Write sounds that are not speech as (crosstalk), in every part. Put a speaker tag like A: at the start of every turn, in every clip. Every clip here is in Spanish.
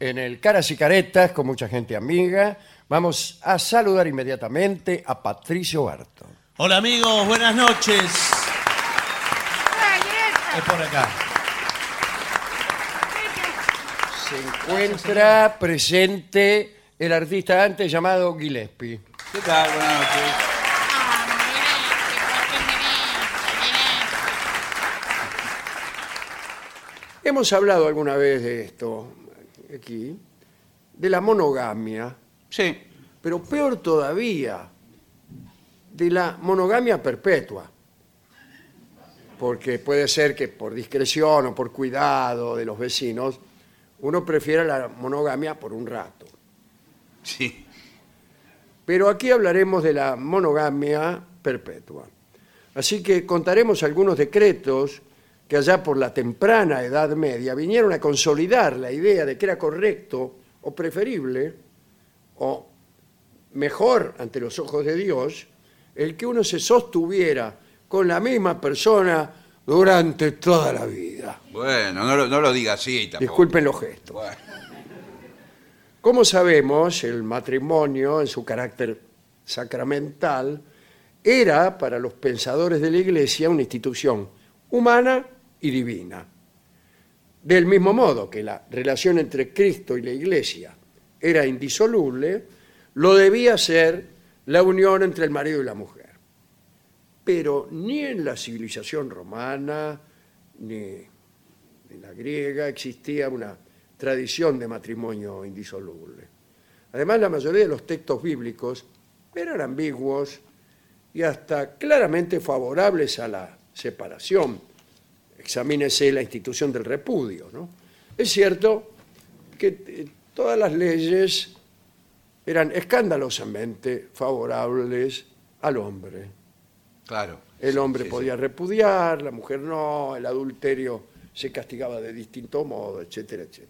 A: en el Caras y Caretas con mucha gente amiga. Vamos a saludar inmediatamente a Patricio Barto.
B: Hola amigos, buenas noches. Es por acá.
A: Se encuentra presente el artista antes llamado Gillespie.
B: ¿Qué tal? Buenas noches.
A: Hemos hablado alguna vez de esto aquí, de la monogamia,
C: Sí.
A: pero peor todavía, de la monogamia perpetua. Porque puede ser que por discreción o por cuidado de los vecinos, uno prefiera la monogamia por un rato.
C: Sí.
A: Pero aquí hablaremos de la monogamia perpetua. Así que contaremos algunos decretos que allá por la temprana Edad Media vinieron a consolidar la idea de que era correcto o preferible o mejor ante los ojos de Dios el que uno se sostuviera con la misma persona durante toda la vida.
C: Bueno, no lo, no lo diga así tampoco.
A: Disculpen los gestos.
C: Bueno,
A: Como sabemos, el matrimonio, en su carácter sacramental, era para los pensadores de la Iglesia una institución humana y divina. Del mismo modo que la relación entre Cristo y la Iglesia era indisoluble, lo debía ser la unión entre el marido y la mujer. Pero ni en la civilización romana, ni en la griega existía una tradición de matrimonio indisoluble. Además, la mayoría de los textos bíblicos eran ambiguos y hasta claramente favorables a la separación. Examínese la institución del repudio. ¿no? Es cierto que eh, todas las leyes eran escandalosamente favorables al hombre.
C: claro.
A: El hombre
C: Sí, sí.
A: podía repudiar, la mujer no, el adulterio se castigaba de distinto modo, etcétera, etcétera.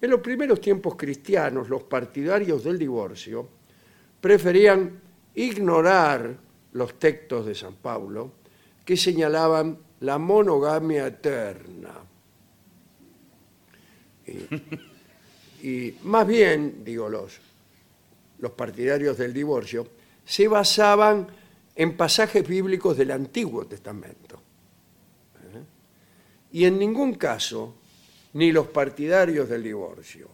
A: En los primeros tiempos cristianos, los partidarios del divorcio preferían ignorar los textos de San Pablo que señalaban la monogamia eterna. Y, y más bien, digo los, los partidarios del divorcio, se basaban en pasajes bíblicos del Antiguo Testamento. ¿Eh? Y en ningún caso, ni los partidarios del divorcio,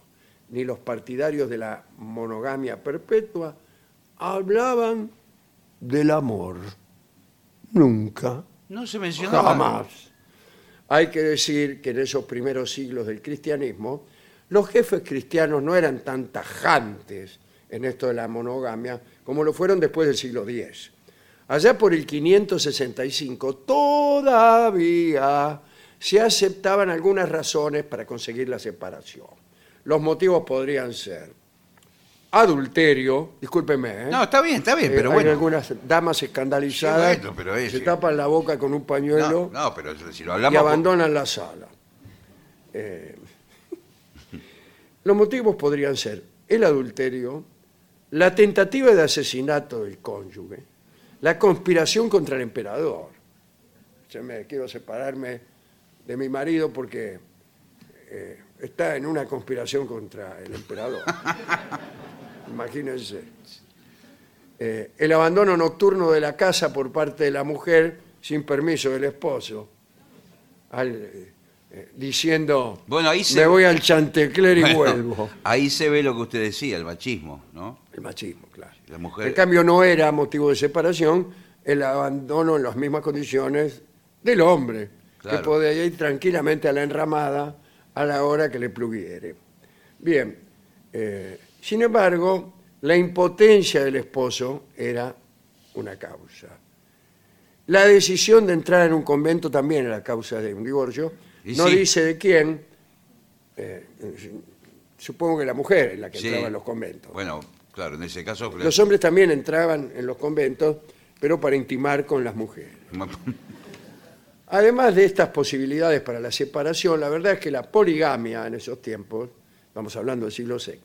A: ni los partidarios de la monogamia perpetua, hablaban del amor. Nunca.
C: No se mencionaba.
A: Jamás. Hay que decir que en esos primeros siglos del cristianismo, los jefes cristianos no eran tan tajantes en esto de la monogamia como lo fueron después del siglo X. Allá por el 565 todavía se aceptaban algunas razones para conseguir la separación. Los motivos podrían ser adulterio, discúlpeme, ¿eh?
C: No, está bien, está bien,
A: Eh,
C: pero
A: hay
C: bueno.
A: algunas damas escandalizadas
C: Sí, bueno, pero es-
A: se tapan la boca con un pañuelo
C: No, no, pero si lo
A: y
C: hablamos.
A: abandonan la sala. Eh, (laughs) los motivos podrían ser el adulterio, la tentativa de asesinato del cónyuge, la conspiración contra el emperador. Yo me quiero separarme de mi marido porque eh, está en una conspiración contra el emperador. (laughs) Imagínense. Eh, el abandono nocturno de la casa por parte de la mujer sin permiso del esposo al, eh, eh, diciendo
C: Bueno, ahí se-
A: me voy al Chantecler y
C: Bueno,
A: vuelvo.
C: Ahí se ve lo que usted decía, el machismo, ¿no?
A: El machismo, claro.
C: La mujer-
A: En cambio, no era motivo de separación el abandono en las mismas condiciones del hombre, que
C: Claro.
A: podía ir tranquilamente a la enramada a la hora que le pluguiere. Bien, eh, sin embargo, la impotencia del esposo era una causa. La decisión de entrar en un convento también era la causa de un divorcio.
C: Y
A: no
C: sí.
A: dice de quién, eh, supongo que la mujer es la que
C: Sí.
A: entraba en los conventos.
C: Bueno, claro, en ese caso.
A: Los hombres también entraban en los conventos, pero para intimar con las mujeres. Además de estas posibilidades para la separación, la verdad es que la poligamia en esos tiempos, estamos hablando del siglo VI,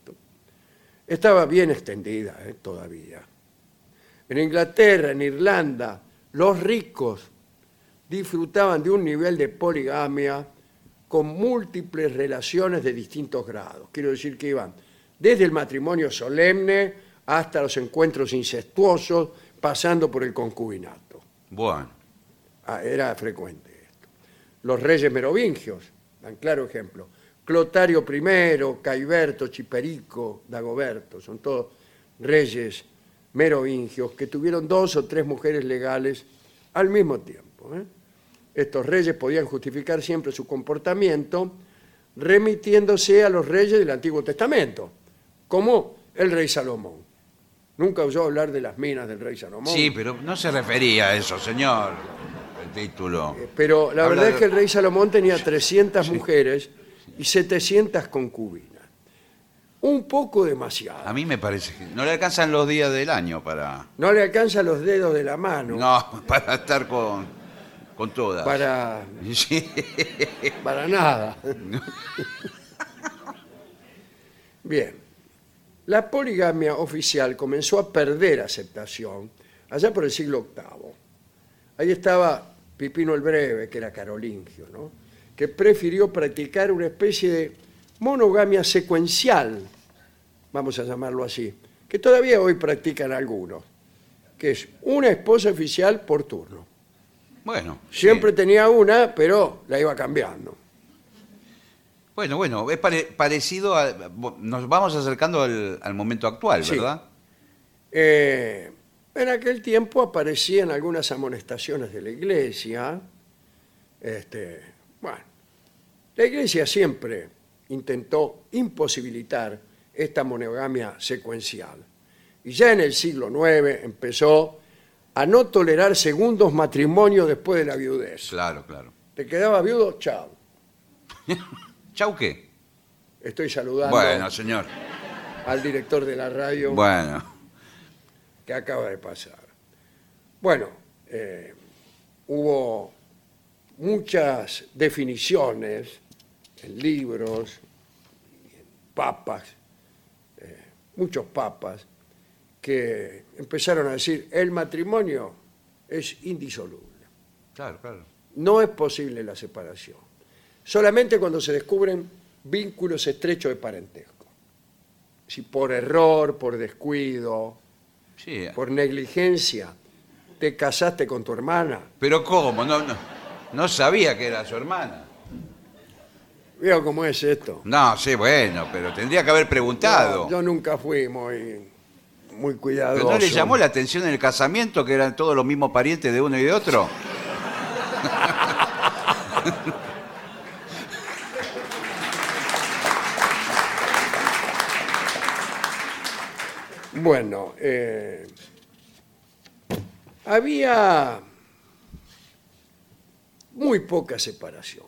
A: estaba bien extendida eh, todavía. En Inglaterra, en Irlanda, los ricos disfrutaban de un nivel de poligamia con múltiples relaciones de distintos grados. Quiero decir que iban desde el matrimonio solemne hasta los encuentros incestuosos, pasando por el concubinato.
C: (laughs) Bueno,
A: Ah, era frecuente esto. Los reyes merovingios, dan claro ejemplo. Clotario I, Caiberto, Chiperico, Dagoberto, son todos reyes merovingios que tuvieron dos o tres mujeres legales al mismo tiempo. ¿eh? Estos reyes podían justificar siempre su comportamiento remitiéndose a los reyes del Antiguo Testamento, como el rey Salomón. Nunca oyó hablar de las minas del rey Salomón.
C: sí, pero no se refería a eso, señor. El título.
A: Eh, Pero la
C: Habla
A: verdad
C: de-
A: es que el rey Salomón tenía 300 mujeres y 700 concubinas. Un poco demasiado.
C: A mí me parece que no le alcanzan los días del año para.
A: No le alcanza los dedos de la mano
C: No, (laughs) para estar con, con todas.
A: para,
C: (laughs) Sí.
A: para nada. Bien. La poligamia oficial comenzó a perder aceptación allá por el siglo VIII. Ahí estaba Pipino el Breve, que era carolingio, ¿no? que prefirió practicar una especie de monogamia secuencial, vamos a llamarlo así, que todavía hoy practican algunos, que es una esposa oficial por turno.
C: Bueno. sí.
A: Siempre tenía una, pero la iba cambiando.
C: Bueno, bueno, es pare- parecido a. Nos vamos acercando al, al momento actual,
A: Sí.
C: ¿verdad?
A: Eh, en aquel tiempo aparecían algunas amonestaciones de la iglesia. Este, bueno, la iglesia siempre intentó imposibilitar esta monogamia secuencial. Y ya en el siglo IX empezó a no tolerar segundos matrimonios después de la viudez.
C: Claro, claro. (laughs)
A: Te quedaba viudo, chao.
C: ¿Chau qué?
A: Estoy saludando
C: Bueno, señor.
A: al director de la radio.
C: Bueno.
A: que acaba de pasar. Bueno, eh, hubo muchas definiciones en libros, en papas, eh, muchos papas, que empezaron a decir, el matrimonio es indisoluble,
C: Claro, claro.
A: no es posible la separación, solamente cuando se descubren vínculos estrechos de parentesco, si por error, por descuido,
C: Sí. eh,
A: por negligencia te casaste con tu hermana.
C: Pero ¿cómo? No, no, no sabía que era su hermana.
A: Veo cómo es esto.
C: No, sí, bueno, pero tendría que haber preguntado.
A: Yo, yo nunca fui muy, muy cuidadoso.
C: ¿Pero no le llamó la atención en el casamiento que eran todos los mismos parientes de uno y de otro?
A: Bueno, eh, había muy poca separación.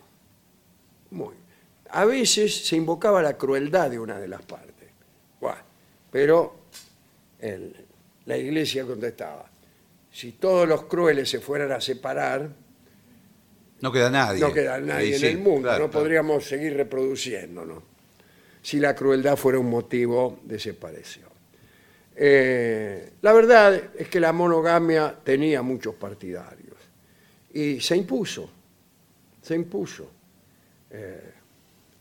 A: Muy. A veces se invocaba la crueldad de una de las partes. Buah, pero el- la iglesia contestaba, si todos los crueles se fueran a separar,
C: No queda nadie.
A: no queda nadie
C: Sí,
A: en
C: sí,
A: el mundo,
C: claro,
A: no
C: claro.
A: podríamos seguir reproduciéndonos si la crueldad fuera un motivo de separación. Eh, la verdad es que la monogamia tenía muchos partidarios y se impuso, se impuso. Eh,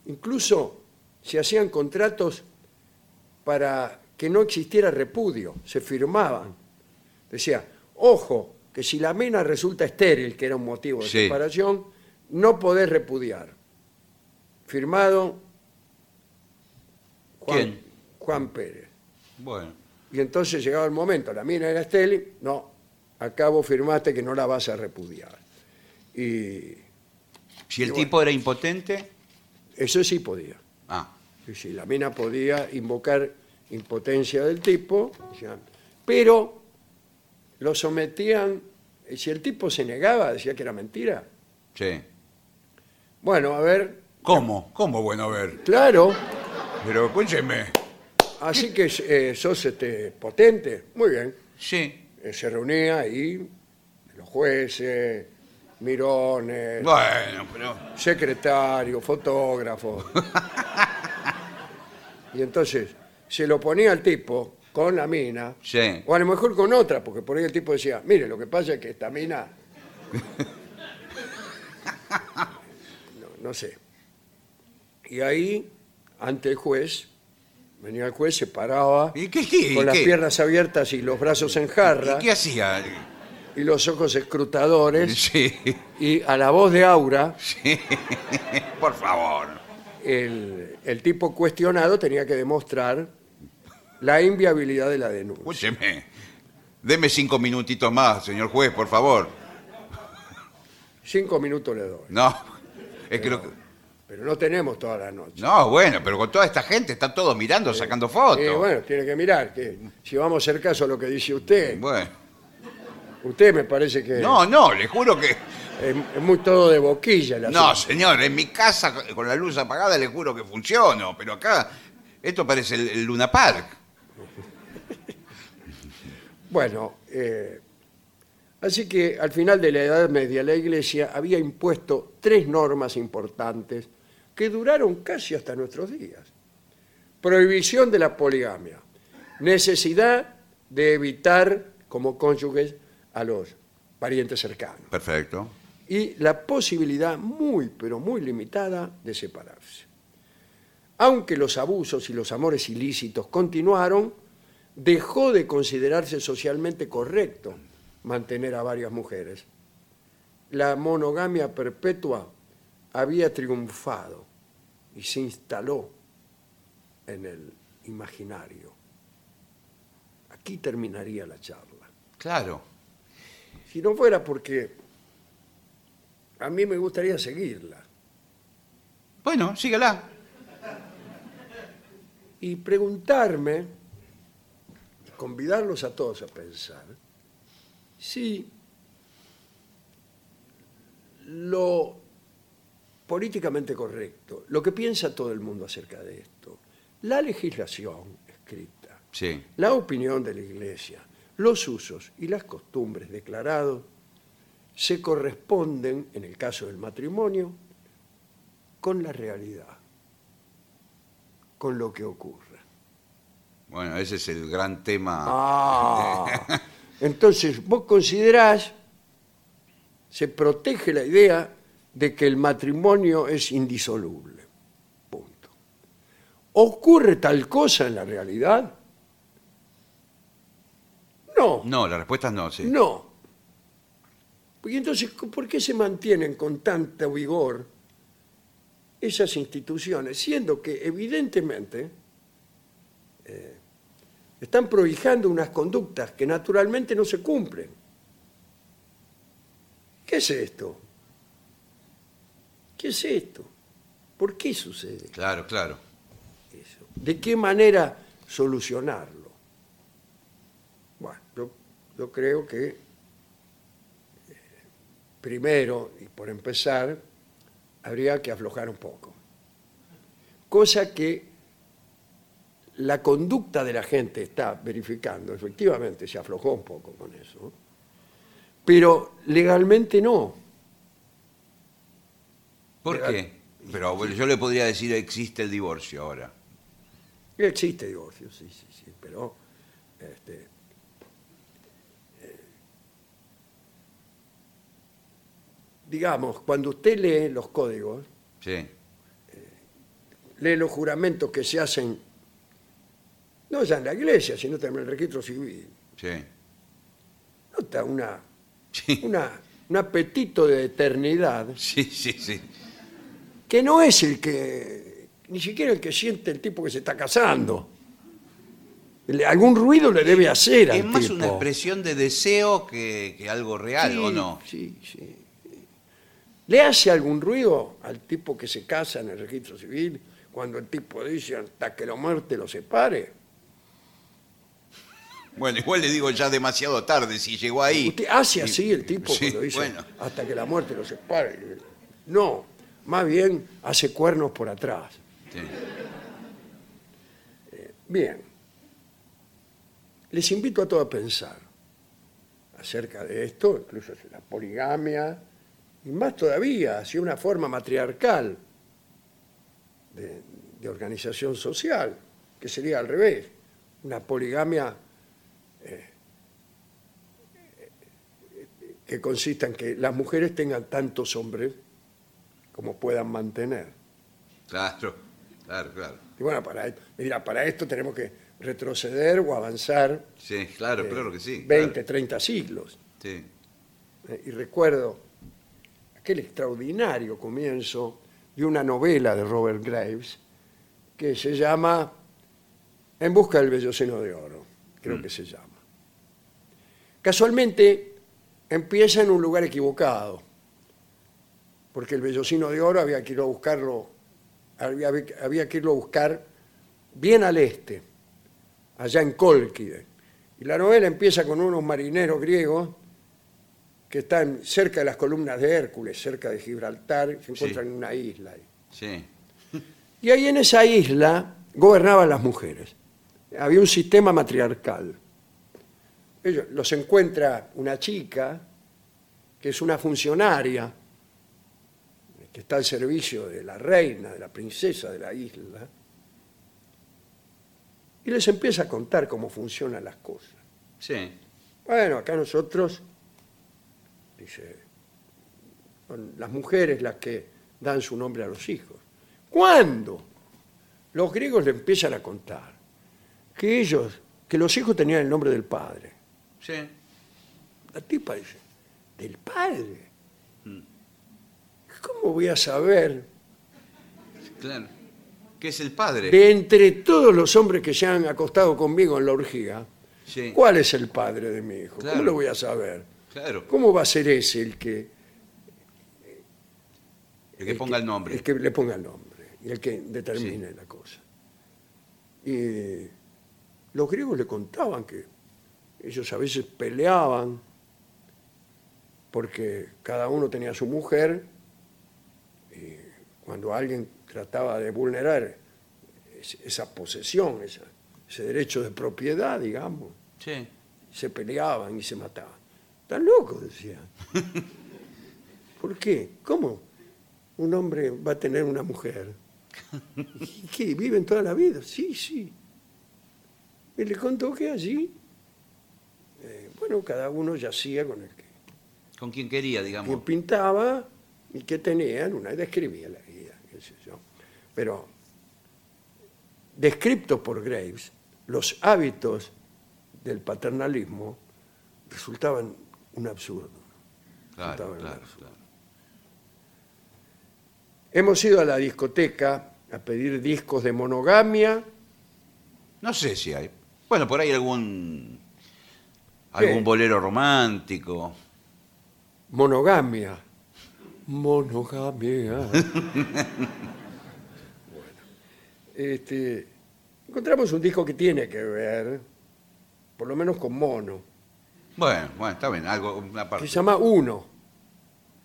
A: incluso se hacían contratos para que no existiera repudio, se firmaban. Decía, ojo, que si la mina resulta estéril, que era un motivo de
C: Sí.
A: separación, no podés repudiar. Firmado Juan,
C: ¿Quién?
A: Juan Pérez.
C: Bueno,
A: Y entonces llegaba el momento, la mina era estéril, no, acá vos firmaste que no la vas a repudiar. Y
C: si
A: Y
C: el
A: bueno.
C: tipo era impotente...
A: eso sí podía.
C: Ah,
A: Sí, sí, la mina podía invocar impotencia del tipo, decían, pero lo sometían, y si el tipo se negaba, decía que era mentira.
C: sí.
A: Bueno, a ver,
C: ¿Cómo? ¿Cómo, bueno, a ver?
A: claro,
C: Pero escúcheme.
A: Así que eh, sos este, potente. Muy bien.
C: Sí.
A: Eh, se reunía ahí los jueces, mirones,
C: Bueno, pero.
A: secretario, fotógrafo. (laughs) y entonces se lo ponía al tipo con la mina,
C: Sí.
A: o a lo mejor con otra, porque por ahí el tipo decía, mire, lo que pasa es que esta
C: (laughs)
A: mina... no, no sé. Y ahí, ante el juez, venía el juez, se paraba,
C: ¿Y qué, qué-
A: con las
C: qué?
A: piernas abiertas y los brazos en
C: ¿Y
A: jarra,
C: qué hacía?
A: y los ojos escrutadores,
C: Sí. (laughs)
A: y a la voz de Aura...
C: Sí. Por favor.
A: el, el tipo cuestionado tenía que demostrar la inviabilidad de la denuncia.
C: Escúcheme. Deme cinco minutitos más, señor juez, por favor.
A: Cinco minutos le doy,
C: No. Es que lo que-
A: pero no tenemos toda la noche.
C: No, bueno, pero con toda esta gente están todos mirando, sacando fotos.
A: Eh, bueno, tiene que mirar, que si vamos a hacer caso a lo que dice usted,
C: Bueno.
A: usted me parece que
C: No, no, le juro que.
A: es, es muy todo de boquilla. el
C: No,
A: asunto.
C: señor, en mi casa con la luz apagada le juro que funciono, pero acá esto parece el, el Luna Park.
A: Bueno, eh, así que al final de la Edad Media la Iglesia había impuesto tres normas importantes que duraron casi hasta nuestros días. Prohibición de la poligamia, necesidad de evitar como cónyuges a los parientes cercanos
C: Perfecto.
A: y la posibilidad muy, pero muy limitada de separarse. Aunque los abusos y los amores ilícitos continuaron, dejó de considerarse socialmente correcto mantener a varias mujeres. La monogamia perpetua había triunfado y se instaló en el imaginario. Aquí terminaría la charla
C: Claro.
A: si no fuera porque a mí me gustaría seguirla
C: Bueno, sígala.
A: y preguntarme, y convidarlos a todos a pensar, si lo políticamente correcto, lo que piensa todo el mundo acerca de esto, la legislación escrita,
C: Sí.
A: la opinión de la Iglesia, los usos y las costumbres declarados se corresponden, en el caso del matrimonio, con la realidad, con lo que ocurre.
C: Bueno, ese es el gran tema.
A: Ah, (laughs) entonces vos considerás, se protege la idea de que el matrimonio es indisoluble. Punto. ¿Ocurre tal cosa en la realidad? No.
C: No, la respuesta es no, sí.
A: No. Y entonces, ¿por qué se mantienen con tanta vigor esas instituciones? Siendo que evidentemente eh, están prohijando unas conductas que naturalmente no se cumplen. ¿Qué es esto? ¿Qué es esto? ¿Por qué sucede?
C: Claro, claro.
A: eso. ¿De qué manera solucionarlo? Bueno, yo, yo creo que eh, primero, y por empezar, habría que aflojar un poco. Cosa que la conducta de la gente está verificando, efectivamente se aflojó un poco con eso, pero legalmente no.
C: ¿Por
A: Legal.
C: qué? Pero bueno, yo le podría decir existe el divorcio ahora.
A: Y Existe divorcio, sí, sí, sí, pero este, eh, digamos, cuando usted lee los códigos,
C: Sí.
A: lee los juramentos que se hacen, no ya en la iglesia, sino también en el registro civil,
C: Sí.
A: nota una,
C: Sí.
A: una- un apetito de eternidad
C: Sí, sí, sí.
A: que no es el que, ni siquiera el que siente el tipo que se está casando. Le- Algún ruido le debe hacer al
C: Es más una
A: tipo.
C: expresión de deseo que, que algo real, ¿o
A: Sí,
C: no?
A: Sí, sí. ¿Le hace algún ruido al tipo que se casa en el registro civil cuando el tipo dice hasta que la muerte lo separe?
C: Bueno, igual le digo ya demasiado tarde si llegó ahí.
A: ¿Usted hace así el tipo
C: Sí,
A: cuando dice
C: bueno.
A: hasta que la muerte lo separe? No, más bien hace cuernos por atrás.
C: Sí.
A: Bien, les invito a todos a pensar acerca de esto, incluso si la poligamia, y más todavía, si una forma matriarcal de, de organización social, que sería al revés, una poligamia eh, que consista en que las mujeres tengan tantos hombres como puedan mantener.
C: Claro, claro, claro.
A: Y bueno, para, e-, mira, para esto tenemos que retroceder o avanzar
C: Sí, claro,
A: eh,
C: claro que sí.
A: 20,
C: claro.
A: 30 siglos.
C: Sí.
A: Eh, Y recuerdo aquel extraordinario comienzo de una novela de Robert Graves que se llama En busca del belloceno de oro, creo que se llama. Casualmente empieza en un lugar equivocado, porque el bellocino de oro había que irlo a buscarlo, había, había que irlo a buscar bien al este, allá en Colquide. Y la novela empieza con unos marineros griegos que están cerca de las columnas de Hércules, cerca de Gibraltar, se encuentran en una isla. ahí.
C: Sí.
A: Y ahí en esa isla gobernaban las mujeres. Había un sistema matriarcal. Ellos, los encuentra una chica que es una funcionaria que está al servicio de la reina, de la princesa de la isla, y les empieza a contar cómo funcionan las cosas.
C: Sí.
A: Bueno, acá nosotros, dice, son las mujeres las que dan su nombre a los hijos. ¿Cuándo? Los griegos le empiezan a contar que ellos, que los hijos tenían el nombre del padre.
C: Sí.
A: La tipa dice, ¿del padre? ¿Cómo voy a saber
C: Claro. ¿Qué es el padre?
A: de entre todos los hombres que se han acostado conmigo en la orgía,
C: Sí.
A: cuál es el padre de mi hijo?
C: Claro.
A: ¿Cómo lo voy a saber?
C: Claro.
A: ¿Cómo va a ser ese el que...
C: El que ponga el nombre.
A: El que le ponga el nombre y el que determine la cosa. Y los griegos le contaban que ellos a veces peleaban porque cada uno tenía su mujer y cuando alguien trataba de vulnerar es- esa posesión, esa- ese derecho de propiedad, digamos,
C: Sí.
A: se peleaban y se mataban. Están locos, decían. ¿Por qué? ¿Cómo? Un hombre va a tener una mujer. ¿Y ¿Qué? ¿Viven toda la vida? Sí, sí. Y le contó que allí, eh, bueno, cada uno yacía con el que
C: Con quien quería,
A: quien
C: digamos.
A: pintaba y que tenían una, describía la vida, qué sé yo. Pero, descriptos por Graves, los hábitos del paternalismo resultaban un absurdo.
C: Claro,
A: Estaba
C: claro,
A: en
C: claro.
A: Hemos ido a la discoteca a pedir discos de monogamia.
C: No sé si hay. Bueno, por ahí algún. algún
A: Sí.
C: bolero romántico.
A: Monogamia. Monogamia. bueno. Este, encontramos un disco que tiene que ver, por lo menos con mono,
C: Bueno, bueno, está bien, algo, una
A: que
C: parte.
A: se llama Uno.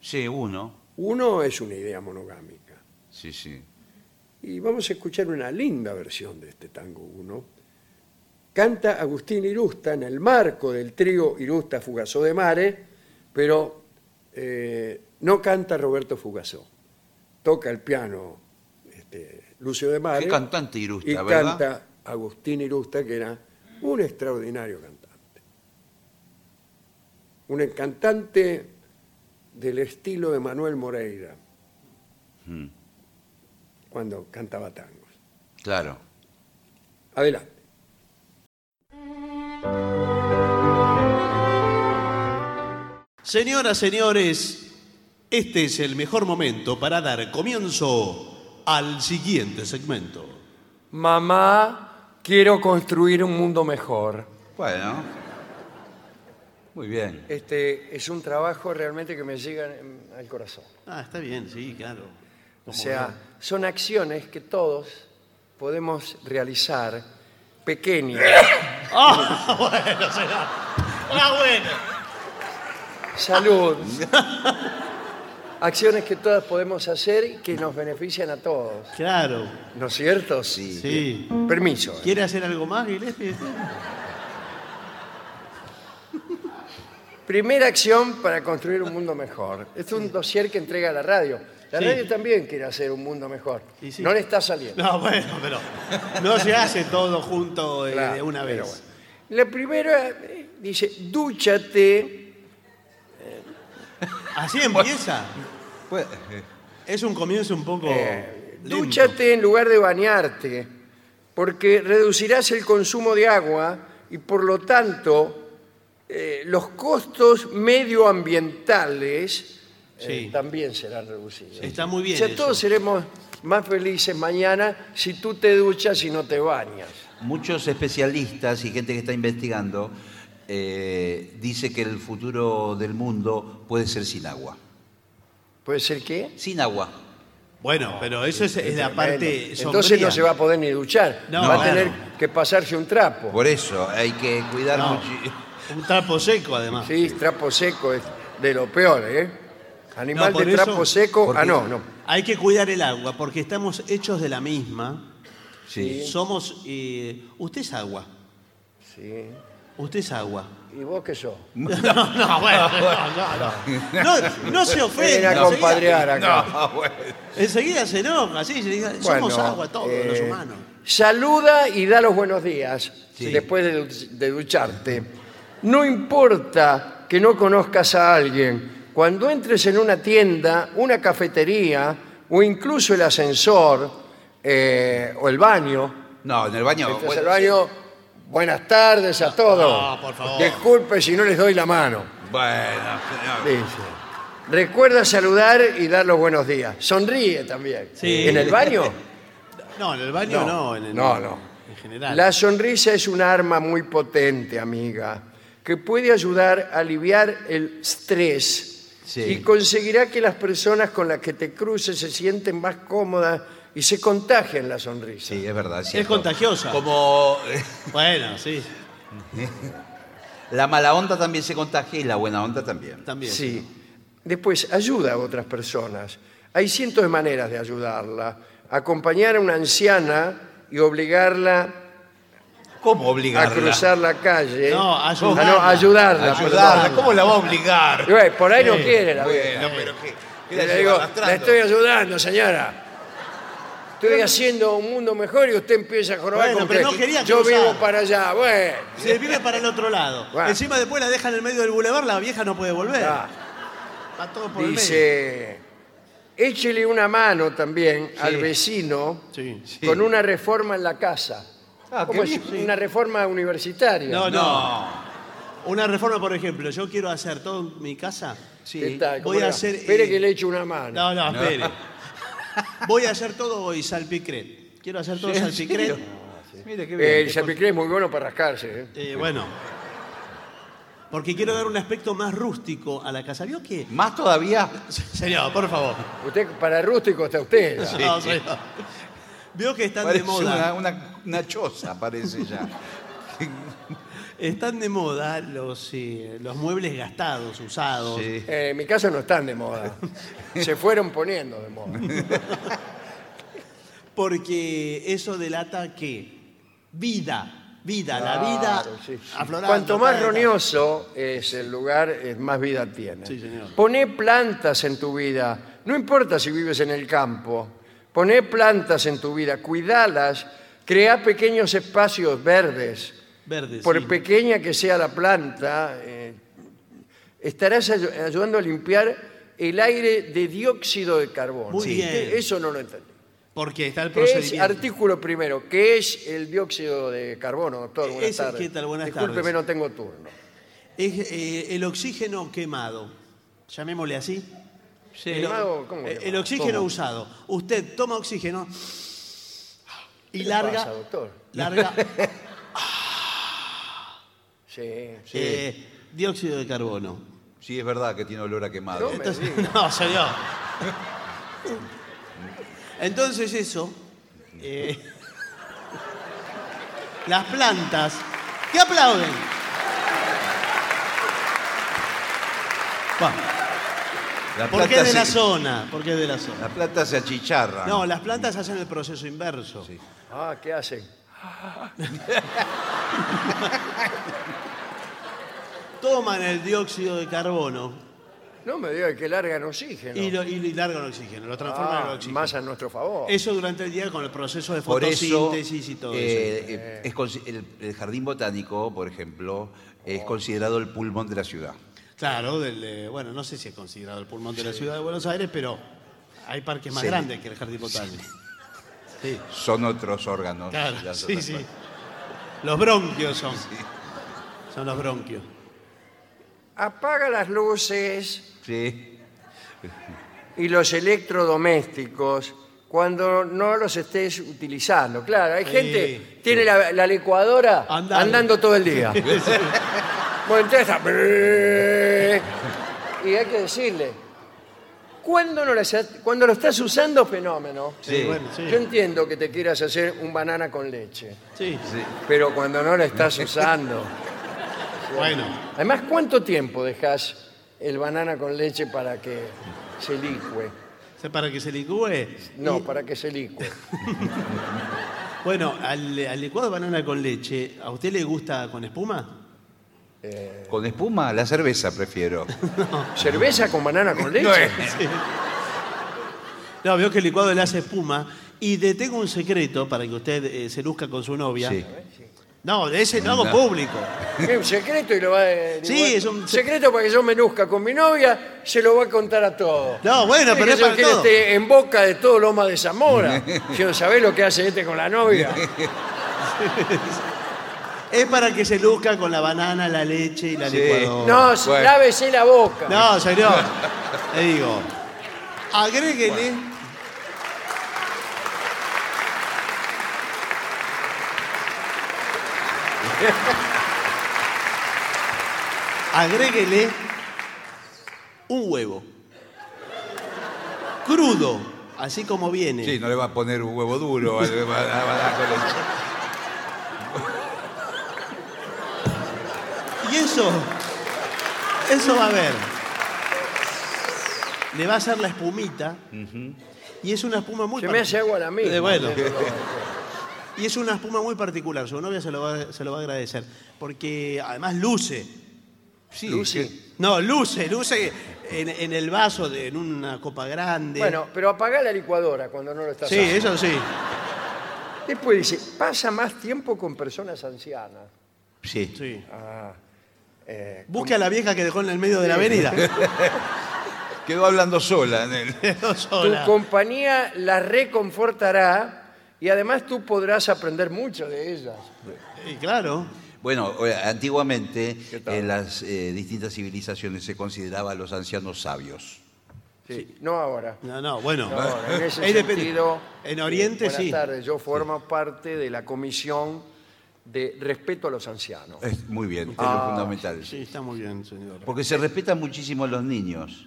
C: Sí, uno.
A: Uno es una idea monogámica.
C: Sí, sí.
A: Y vamos a escuchar una linda versión de este tango Uno. Canta Agustín Irusta en el marco del trío Irusta Fugazó de Mare, pero eh, no canta Roberto Fugazó. Toca el piano este, Lucio de Mare.
C: Qué cantante Irusta,
A: y
C: ¿verdad?
A: canta Agustín Irusta, que era un extraordinario cantante. Un cantante del estilo de Manuel Moreira.
C: Mm,
A: cuando cantaba tangos.
C: Claro.
A: Adelante.
B: Señoras, señores, este es el mejor momento para dar comienzo al siguiente segmento.
D: Mamá, quiero construir un mundo mejor.
C: Bueno. Muy bien.
A: Este es un trabajo realmente que me llega mm, al corazón.
B: Ah, está bien, sí, claro.
A: O sea, son acciones que todos podemos realizar pequeñas.
E: (laughs)
B: Ah, bueno, será. Ah, bueno.
A: Salud. acciones que todas podemos hacer y que nos benefician a todos.
E: Claro,
A: ¿No es cierto? Sí.
E: sí.
A: Permiso. ¿eh?
E: ¿Quiere hacer algo más, Gillespie?
A: Primera acción para construir un mundo mejor. Este es un dossier que entrega la radio. La
E: Sí.
A: radio también quiere hacer un mundo mejor.
E: Y sí.
A: No le está saliendo.
E: (laughs) No, bueno, pero no se hace todo junto eh,
A: Claro,
E: de una vez.
A: pero bueno. La primera eh, dice, dúchate.
E: Así empieza.
C: Pues,
E: Es un comienzo un poco.
A: eh,
E: lento.
A: dúchate en lugar de bañarte, porque reducirás el consumo de agua y por lo tanto eh, los costos medioambientales eh,
E: Sí.
A: también serán reducidos.
E: Está muy bien.
A: O sea,
E: eso.
A: todos seremos más felices mañana si tú te duchas y no te bañas.
C: muchos especialistas y gente que está investigando eh, dice que el futuro del mundo puede ser sin agua.
A: ¿Puede ser qué?
C: Sin agua.
E: Bueno, pero eso es, es la parte.
A: Bueno, Entonces
E: sombría.
A: no se va a poder ni duchar.
E: No,
A: va a tener
E: claro.
A: que pasarse un trapo.
C: Por eso hay que cuidar
E: No,
C: mucho.
E: Un trapo seco, además.
A: Sí, trapo seco es de lo peor, ¿eh? Animal
E: No, por
A: de trapo
E: eso-
A: seco.
C: ¿Por
A: Ah,
C: qué?
A: no, no.
E: Hay que cuidar el agua porque estamos hechos de la misma.
C: Sí.
E: Somos. eh, usted es agua.
A: Sí.
E: Usted es
A: (laughs)
E: agua.
A: ¿Y vos qué sos?
E: (laughs) No, no, bueno, no, no, no. No, no se
A: Ven
E: ofenda.
A: a compadrear acá.
E: Enseguida, enseguida se enoja, sí, se diga, somos
A: Bueno,
E: agua todos
A: eh,
E: los humanos.
A: Saluda y da los buenos días
C: Sí.
A: después de, du- de ducharte. No importa que no conozcas a alguien, cuando entres en una tienda, una cafetería o incluso el ascensor eh, o el baño,
C: No, en el baño.
A: entras
C: bueno,
A: al baño, buenas tardes a todos.
E: No, por favor.
A: Disculpe si no les doy la mano.
C: Bueno, señor.
A: Dice. Recuerda saludar y dar los buenos días. Sonríe también.
E: Sí.
A: ¿En el baño?
E: No, en el baño no, en el-
A: no, no.
E: En general.
A: La sonrisa es un arma muy potente, amiga, que puede ayudar a aliviar el estrés
C: Sí.
A: y conseguirá que las personas con las que te cruces se sienten más cómodas y se contagian la sonrisa.
C: Sí, es verdad. Es,
E: es
C: cierto.
E: contagiosa.
C: Como eh,
E: Bueno, sí,
C: la mala onda también se contagia y la buena onda también.
E: también.
A: Sí. Después, ayuda a otras personas. Hay cientos de maneras de ayudarla. Acompañar a una anciana y obligarla
C: ¿Cómo
A: a
C: obligarla?
A: cruzar la calle.
E: No,
A: Ah,
E: ayudarla.
A: no, ayudarla.
C: Ayudarla,
A: perdón.
C: ¿Cómo la va a obligar?
A: Y bueno, por ahí no quiere la vieja.
C: Bueno, pero qué. ¿Qué
A: Le
C: lleva
A: digo, la
C: arrastrando?
A: estoy ayudando, señora. Estoy haciendo un mundo mejor y usted empieza a jorobar
E: Bueno,
A: con
E: pero
A: que
E: no quería
A: yo
E: cruzar.
A: vivo para allá. Bueno,
E: Se vive para el otro lado.
A: Bueno.
E: Encima después la dejan en el medio del bulevar, la vieja no puede volver.
A: Ah,
E: Va todo por
A: dice, échele una mano también al vecino
E: el medio. Sí.
A: con una reforma en la casa.
C: Ah,
A: ¿Cómo
C: qué
A: es?
C: bien, sí.
A: Una reforma universitaria.
E: No, no,
C: No.
E: Una reforma, por ejemplo, yo quiero hacer todo en mi casa.
C: Sí.
A: ¿Qué tal? ¿Cómo
E: Voy a
A: era?
E: hacer,
A: Espere
E: eh,
A: que le echo una mano.
E: No, no, espere. (laughs) Voy a hacer todo hoy salpicret. Quiero hacer todo
C: ¿En
E: salpicret.
C: serio? Mire qué
A: Eh,
C: bien.
A: el chapicré es muy bueno para rascarse. ¿eh?
E: Eh, bueno. Porque quiero dar un aspecto más rústico a la casa. ¿Vio qué?
C: Más todavía.
E: Señor, por favor.
A: Usted para rústico está usted. ¿no?
E: No, señor. Veo que están
C: Parece
E: de moda.
C: Una, una, una choza,
A: (laughs)
C: parece ya.
E: Están de moda los, eh, los muebles gastados, usados.
C: Sí.
A: Eh, en mi casa no están de
E: (laughs)
A: moda. Se fueron poniendo de moda.
E: Porque eso delata que vida, vida, la
A: Claro,
E: vida
A: sí, sí.
E: aflorando.
A: Cuanto más
E: tal, tal.
A: roñoso es el lugar, es más vida tiene.
E: Sí, señor.
A: Poné plantas en tu vida. No importa si vives en el campo. Poné plantas en tu vida, cuidalas, crea pequeños espacios verdes.
E: Verde,
A: Por
E: sí.
A: pequeña que sea la planta, eh, estarás ayu- ayudando a limpiar el aire de dióxido de carbono.
E: Muy
A: Sí.
E: bien.
A: Eso no lo entendí.
E: Porque está el
A: ¿Qué es
E: procedimiento.
A: artículo primero? ¿Qué es el dióxido de carbono, doctor? Buenas
E: Eh, Ese,
A: tardes.
E: ¿qué tal? Buenas
A: Discúlpeme,
E: tardes.
A: no tengo turno.
E: Es eh, el oxígeno quemado. Llamémosle así. El,
A: ¿Quemado? ¿Cómo
E: eh, el
A: quemado?
E: oxígeno
A: ¿Cómo?
E: usado. Usted toma oxígeno
A: ¿Qué
E: y
A: le
E: larga.
A: pasa, doctor?
E: larga
A: (laughs) Sí.
E: eh, dióxido de carbono.
C: Sí, es verdad que tiene olor a quemado.
A: No me-
E: Entonces-
A: diga.
E: no, señor. Entonces eso. eh, las plantas. ¿Qué aplauden? Bueno,
C: La
E: ¿Por qué
C: plata
E: de la
C: se-
E: zona? ¿Por qué de la
C: La
E: zona?
C: plata se achicharra.
E: No, las plantas hacen el proceso inverso.
C: Sí.
A: Ah, ¿qué hacen?
E: Toman el dióxido de carbono
A: No me diga que largan oxígeno.
E: y, lo, y lo- y largan oxígeno, lo transforman en
A: Ah,
E: oxígeno.
A: más a nuestro favor.
E: Eso durante el día con el proceso de
C: Por eso,
E: fotosíntesis y todo
C: eh,
E: eso.
C: eh, es consi- el, el jardín botánico, por ejemplo, es considerado el pulmón de la ciudad.
E: Claro, del, eh, bueno, no sé si es considerado el pulmón de la ciudad de Buenos Aires, pero hay parques más
C: Sí.
E: grandes que el Jardín
C: (laughs)
E: Botánico. Sí,
C: Son otros órganos.
E: claro,
C: las
E: sí,
C: otras
E: sí.
C: cosas.
E: Los bronquios son. Son los
C: (laughs)
E: bronquios.
A: Apaga las luces
C: Sí.
A: y los electrodomésticos cuando no los estés utilizando. Claro, hay
E: Sí.
A: gente tiene la, la licuadora
E: Andando.
A: andando todo el
E: (laughs)
A: día. Bueno, entonces está- Y hay que decirle, cuando no las- cuando lo estás usando, fenómeno.
C: Sí.
E: bueno, sí.
A: Yo entiendo que te quieras hacer un banana con leche,
E: Sí,
C: Sí.
A: pero cuando no la estás usando.
E: bueno.
A: Además, ¿cuánto tiempo dejas el banana con leche para que se licue?
E: ¿se- Para que se licúe.
A: No,
E: Y-
A: para que se licue.
E: Bueno, al, al licuado de banana con leche, ¿a usted le gusta con espuma?
C: Con espuma, la cerveza prefiero.
A: ¿Cerveza con banana con leche?
C: No es.
E: No, veo que el licuado le hace espuma. Y detengo un secreto para que usted eh, se luzca con su novia.
C: Sí.
E: No, de ese no hago
C: No.
E: público.
A: Es un secreto y lo va a...
E: Sí,
A: digo,
E: es un-
A: secreto para que yo me luzca con mi novia, se lo va a contar a todos.
E: No, bueno,
A: Sí,
E: pero
A: que
E: es
A: yo
E: para
A: quiero
E: todo.
A: esté en boca de todo Loma de
E: (laughs)
A: Zamora. Yo, ¿sabés lo que hace este con la novia?
E: Es para que se luzca con la banana, la leche y la
C: Sí.
E: licuadora.
A: No, si-
C: Bueno.
A: lávese la boca.
E: No,
C: (laughs)
E: señor. Le digo. Agréguele. Agréguele un huevo. Crudo, así como viene.
C: Sí, no le va a poner un huevo duro. a la banana con leche.
E: Y eso, eso va a ver. Le va a hacer la espumita. Y es una espuma muy
A: Se me hace
E: particular.
A: agua la misma. (laughs)
E: Eh, bueno. Y es una espuma muy particular. Su novia se lo va, se lo va a agradecer. Porque además luce.
C: Sí,
A: Lucy.
C: sí.
E: No, luce, luce en, en el vaso, de- en una copa grande.
A: Bueno, pero apagá la licuadora cuando no lo estás
E: sí,
A: haciendo.
E: eso sí.
A: Después dice, pasa más tiempo con personas ancianas.
C: Sí.
E: sí.
A: Eh,
E: Busque a la vieja que dejó en el medio de la avenida.
A: (laughs)
E: (laughs)
C: Quedó hablando sola en él.
E: Quedó
A: tu
E: sola.
A: compañía la reconfortará y además tú podrás aprender mucho de ellas.
E: Y claro.
C: (laughs) Bueno, o- antiguamente
A: ¿Qué tal?
C: en las eh, distintas civilizaciones se consideraba a los ancianos sabios.
A: Sí. No ahora.
E: No, no, bueno.
A: No ahora. En ese
E: Ahí depende.
A: sentido,
E: En
A: eh,
E: Oriente
A: buenas
E: sí.
A: tardes. Yo formo parte de la comisión de respeto a los ancianos.
E: Eh.
C: Es- muy bien, es
A: Ah,
C: lo fundamental.
E: Sí, está muy bien, señor.
C: Porque se respetan muchísimo a los niños.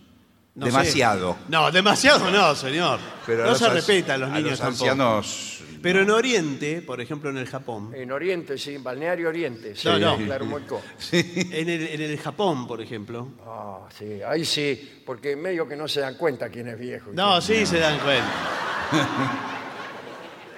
E: No
C: Demasiado.
E: sé. No, demasiado no, señor.
C: Pero a
E: no
C: los
E: se
C: anci-
E: respeta a los niños
C: los
E: tampoco.
C: ancianos.
E: Pero en Oriente, por ejemplo en el
C: (laughs)
E: Japón,
A: En Oriente, sí, en Balneario Oriente. Sí,
E: No, no.
A: Claro,
E: (laughs)
A: Moicó.
E: en el, en el Japón, por ejemplo.
A: Ah, sí, ahí sí, porque medio que no se dan cuenta quién es viejo. y
E: No, sí se dan cuenta.
C: (laughs)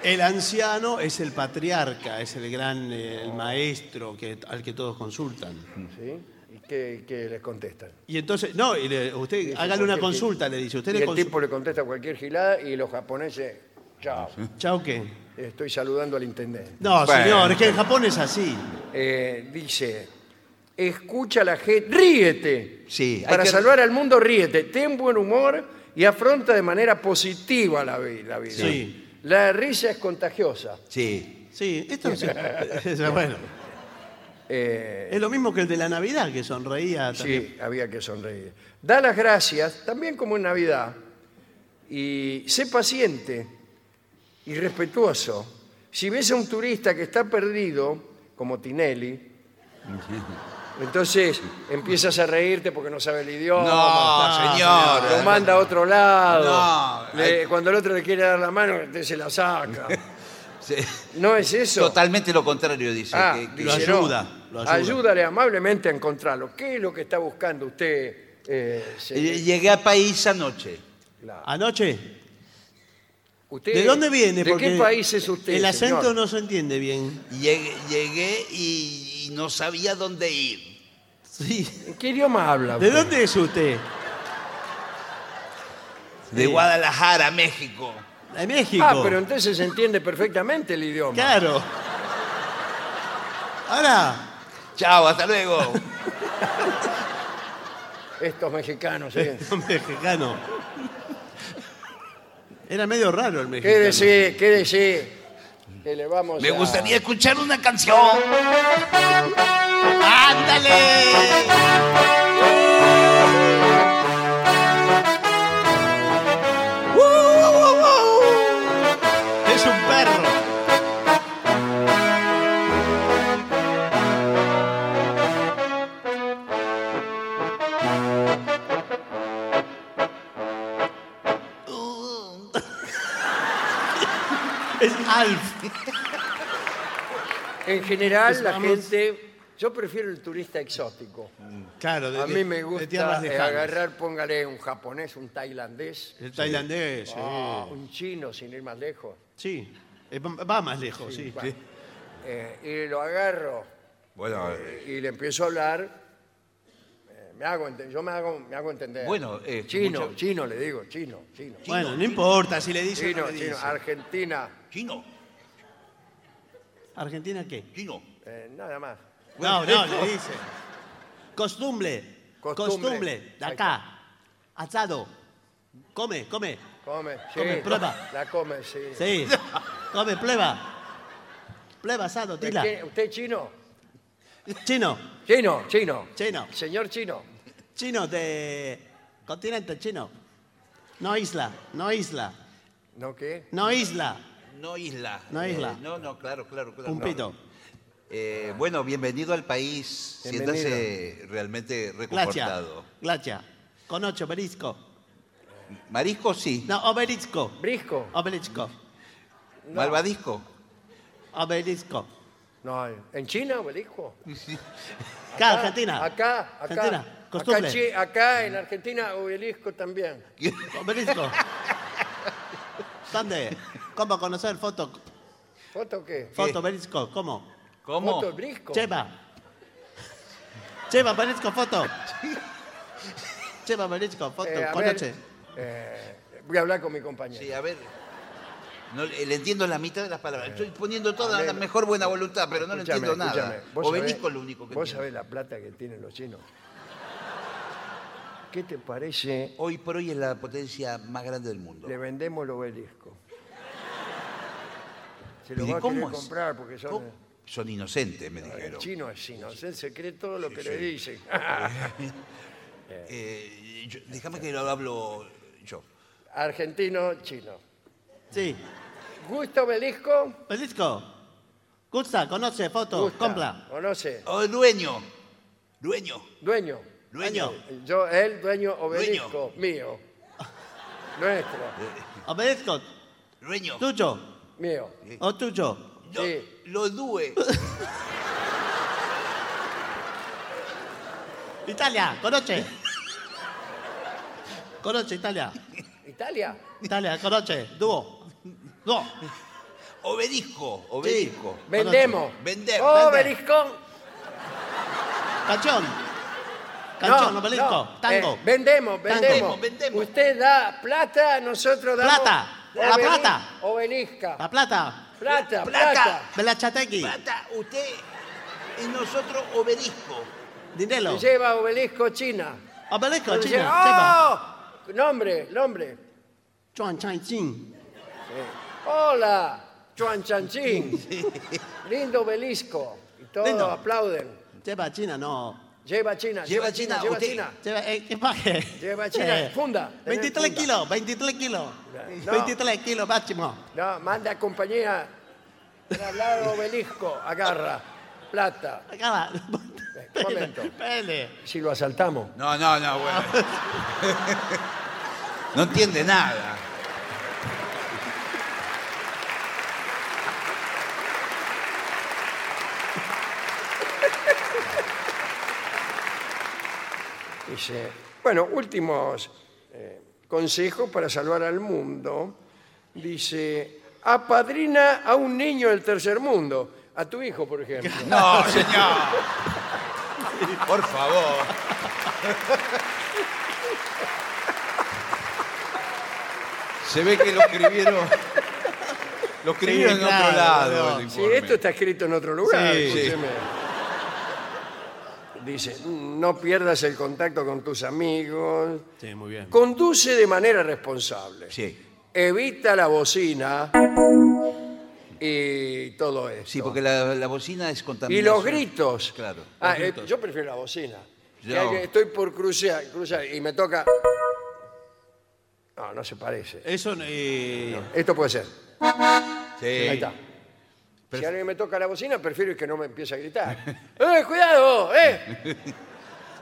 E: El anciano es el patriarca, es el gran eh, el maestro que, al que todos consultan.
A: quién- ¿sí? ¿Y qué, qué les contestan?
E: Y entonces, no, y le- usted hágale una consulta, le dice. Usted
A: Y
E: le
A: el
E: consulta.
A: tipo le contesta cualquier gilada y los japoneses, chao,
E: ¿Chao qué?
A: estoy saludando al intendente.
E: No,
C: Bueno.
E: señor, es que en Japón es así.
A: Eh, dice, escucha a la gente, ríete.
C: Sí, hay
A: Para
C: que-
A: salvar al mundo, ríete. Ten buen humor y afronta de manera positiva la, vi- la vida.
E: Sí.
A: La risa es contagiosa.
E: (laughs)
C: Sí.
E: Sí, esto sí. (laughs) Es- bueno.
A: Eh,
E: Es lo mismo que el de la Navidad, que sonreía también.
A: Sí, había que sonreír. Da las gracias, también como en Navidad, y sé paciente y respetuoso. Si ves a un turista que está perdido, como Tinelli, entonces empiezas a reírte porque no sabe el idioma. Ah,
E: no,
A: Lo
C: señor.
A: manda a otro lado.
C: No,
A: Le- cuando el otro le quiere dar la mano, usted se la saca.
E: (laughs)
C: Sí.
A: ¿No es eso?
C: Totalmente lo contrario, dice.
A: Ah,
C: que- que-
E: lo
A: dice,
E: ayuda,
A: no,
E: lo ayuda.
A: Ayúdale amablemente a encontrarlo. ¿Qué es lo que está buscando usted eh, se-
C: Eh, Llegué a país anoche.
A: claro.
E: Anoche.
F: Usted-
E: ¿De dónde viene?
F: ¿De
E: Porque
F: qué país es usted?
E: El acento
F: señor?
E: no se entiende bien.
C: Llegué, llegué y, y no sabía dónde ir.
E: Sí.
F: ¿En qué idioma habla?
E: ¿De
F: usted?
E: dónde es usted?
C: De Guadalajara, México.
E: De México.
F: Ah, pero entonces se entiende perfectamente el idioma.
E: Claro. Ahora,
C: Chao, hasta luego.
A: Estos mexicanos, ¿eh? ¿sí?
E: (laughs) mexicano. Era medio raro el mexicano.
A: Quédese, quédese. Que le vamos
C: Me
A: a-
C: gustaría escuchar una canción. ¡Ándale!
E: ¡Uh, uh, uh, uh! Es un perro. Es Alf.
A: En general,
E: Pues
A: la
E: vamos-
A: gente. Yo prefiero el turista exótico.
E: Claro, de,
A: A mí me
E: de
A: gusta
E: tierras
A: eh,
E: lejanas.
A: agarrar, póngale un japonés, un tailandés,
E: El tailandés, sí.
A: Ah. un chino, sin ir más lejos.
E: Sí. Eh, va va más lejos, sí.
A: va.
E: sí.
A: Eh, y lo agarro
C: Bueno,
A: y le empiezo a hablar. eh, me hago enten- yo me hago, me hago entender.
C: Bueno, eh,
A: chino,
C: mucho-
A: chino, le digo, chino, chino.
E: Bueno, no importa si le dice o no
A: Chino,
E: le
A: chino,
E: dice.
A: Argentina,
C: chino,
E: ¿Argentina qué?
C: chino.
A: eh, nada más.
E: No, no, le dice. Costumbre.
A: Costumbre.
E: Costumbre. De
A: Ahí
E: acá. Asado. Come, come.
A: Come, sí.
E: Come, prueba.
A: La come, sí.
E: Sí. Come, prueba. Prueba asado,
A: ¿De
E: tila.
A: quién- ¿Usted es chino?
E: Chino.
A: Chino, chino.
E: Chino.
A: Señor chino.
E: Chino de. Continente chino. No isla. No isla.
A: ¿No qué?
E: No isla.
C: No isla.
E: No isla.
C: Eh, no, no, claro, claro. claro
E: Pumpito.
C: Eh, bueno, bienvenido al país.
A: Bienvenido.
C: Siéntase realmente
E: Glacia.
C: reconfortado.
E: Glacia. Con ocho, obelisco.
C: Marisco sí.
E: No, obelisco.
A: ¿Brisco?
E: Obelisco.
C: Malvadisco.
E: Obelisco.
A: No, ¿en China, obelisco?
E: Acá, Argentina.
A: Acá, acá.
E: Argentina.
A: Acá,
E: Costumbre.
A: chi- acá en Argentina, obelisco también.
E: Obelisco. ¿Dónde? ¿Cómo conocer foto?
A: ¿Foto qué?
E: Foto, obelisco, ¿cómo?
C: ¿Cómo?
A: ¿Foto brisco?
E: Cheva. Cheva, obelisco, foto. Cheva, obelisco, foto.
A: Eh, a ver,
E: Conoce.
A: eh, voy a hablar con mi compañero.
C: Sí, a ver. No, eh, le entiendo la mitad de las palabras. Estoy poniendo toda la mejor buena voluntad, pero no le
A: Eh. Escúchame,
C: entiendo nada.
A: escúchame. Vos
C: Obelisco
A: sabés-
C: es lo único que
A: Vos
C: entiendo.
A: sabés la plata que tienen los chinos. ¿Qué te parece?
C: Hoy por hoy es la potencia más grande del mundo.
A: Le vendemos el obelisco. Se lo
C: ¿Y
A: va a
C: cómo
A: querer
C: es?
A: comprar porque son... eh.
C: ¿Cómo? Son inocentes, me
A: El
C: dijeron.
A: chino es chino, se cree todo lo que le dicen.
C: Eh, yo- déjame que lo hablo yo.
A: Argentino, chino.
E: Sí.
A: ¿Gusta obelisco?
E: Obelisco. Gusta, conoce, foto,
A: Gusta.
E: compra.
A: ¿O no sé?
C: Oh, dueño. Dueño.
A: Dueño.
C: Dueño.
A: Yo, él, dueño obelisco,
E: (laughs)
A: mío. Nuestro,
E: Obelisco,
C: Dueño.
E: tuyo.
A: mío.
E: O tuyo.
C: Lo,
A: Sí. (laughs)
C: lo due.
E: Italia,
A: (laughs)
E: conoce. Conoce, Italia.
A: ¿Italia?
E: Italia, conoce. Dúo. Dúo.
C: Obelisco. Obelisco.
A: Vendemos. Oh,
C: Vender,
A: Obelisco.
E: Canción. Canción,
A: No,
E: obelisco.
A: no,
E: Tango.
A: eh, vendemos, vendemos.
C: Vendemos, vendemos.
A: Usted da plata, nosotros damos.
E: Plata, la
A: obeli-
E: plata.
A: Obelisca.
E: La plata.
A: Plata, plata.
C: Plata.
E: Belachategui.
C: Plata, usted y nosotros obelisco.
E: Dinero.
A: Se lleva obelisco China.
E: Obelisco,
A: Se
E: chino.
A: lleva-
E: Cheva.
A: ¡Oh! Nombre, nombre.
E: Chuan Chang Ching.
A: Eh, Hola, Chuan
C: (laughs)
A: Chanchín. Lindo obelisco. Y todos
E: Lindo.
A: aplauden.
E: Lleva China, no.
A: Lleva China,
C: Lleva China,
A: lleva
C: usted.
A: China.
E: Lleva, eh, ¿qué paje?
A: Lleva China, funda. Tener
E: 23
A: funda.
E: kilos, 23 kilos.
A: No.
E: 23 kilos máximo.
A: No, manda compañía. Para hablar
C: (laughs)
A: obelisco, agarra. Plata.
E: Acá va.
A: un momento.
E: Pele.
A: Si lo asaltamos.
C: No, no, no, bueno. (laughs) no entiende nada.
A: Dice, Bueno, últimos eh, consejos para salvar al mundo. Dice, apadrina a un niño del tercer mundo, a tu hijo, por ejemplo.
C: (laughs)
A: (laughs)
G: No, señor. Por favor. Se ve que lo escribieron. Lo escribieron en
E: claro,
G: otro lado.
E: no.
G: el
A: Sí,
G: informe.
A: esto está escrito en otro lugar.
E: Sí, sí.
A: escúcheme. Dice, no pierdas el contacto con tus amigos.
E: Sí, muy bien.
A: Conduce de manera responsable.
C: Sí.
A: Evita la bocina y todo eso.
C: Sí, porque la, la bocina es contaminación.
A: Y los gritos.
C: Claro.
A: Ah, eh, yo prefiero la bocina.
C: Yo-
A: Que hay que- Estoy por cruzar, cruzar y me toca. No, no se parece.
E: Eso eh,
A: Esto puede ser.
C: Sí.
A: Ahí está. si alguien me toca la bocina, prefiero que no me empiece a gritar. ¡Eh, cuidado! ¡Eh!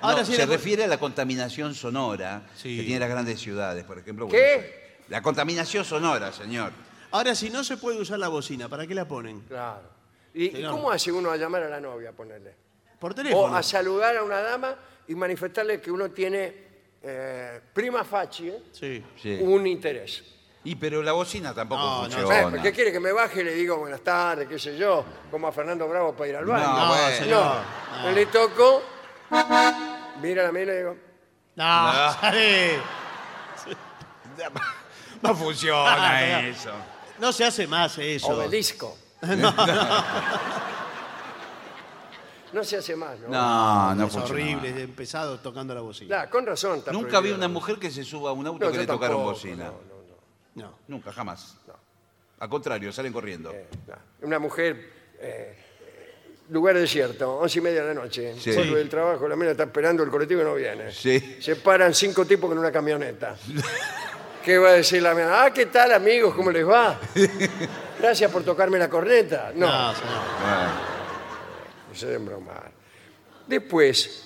E: Ahora
C: No,
E: sí
C: se
E: era-
C: refiere a la contaminación sonora
E: Sí.
C: que tiene las grandes ciudades, por ejemplo.
A: ¿Qué?
C: Buenos Aires. La contaminación sonora, señor.
E: Ahora, si no se puede usar la bocina, ¿para qué la ponen?
A: Claro. ¿Y
E: Señor.
A: cómo hace uno a llamar a la novia, ponerle?
E: Por
A: O
E: teléfono.
A: a saludar a una dama y manifestarle que uno tiene eh, prima facie
E: Sí.
C: Sí.
A: un interés.
C: Y pero la bocina tampoco
E: No, no,
A: ¿Sabes?
C: funciona.
A: ¿Qué quiere que me baje y le digo buenas tardes, qué sé yo? Como a Fernando Bravo para ir al baño.
C: No, bueno.
E: señor.
A: No.
E: No.
A: Le toco, mira la mina y le digo,
E: No, (laughs)
G: No.
E: sabe.
G: No funciona
E: (laughs) no.
G: eso.
E: No se hace más eso.
C: (laughs)
A: obelisco. No se hace más, ¿no?
C: no, no
E: es
C: funciona.
E: horrible, es empezado tocando la bocina.
A: Nah, con razón. está
C: Nunca vi
A: prohibido.
C: una mujer que se suba a un auto
A: No,
C: que
A: yo
C: le tocaron
A: tampoco,
C: bocina.
A: no, no, no,
E: No.
C: Nunca, jamás. Al contrario, salen corriendo.
A: eh, nah. Una mujer, eh, lugar desierto, once y media de la noche.
C: Sí.
A: Vuelve del trabajo, la mina está esperando, el colectivo y no viene.
C: Sí.
A: Se paran cinco tipos con una camioneta. ¿Qué va a decir la mina? Ah, ¿qué tal, amigos? ¿Cómo les
C: (laughs)
A: va? Gracias por tocarme la corneta. No,
E: No, señor.
C: Bueno,
A: no se den bromar. Después,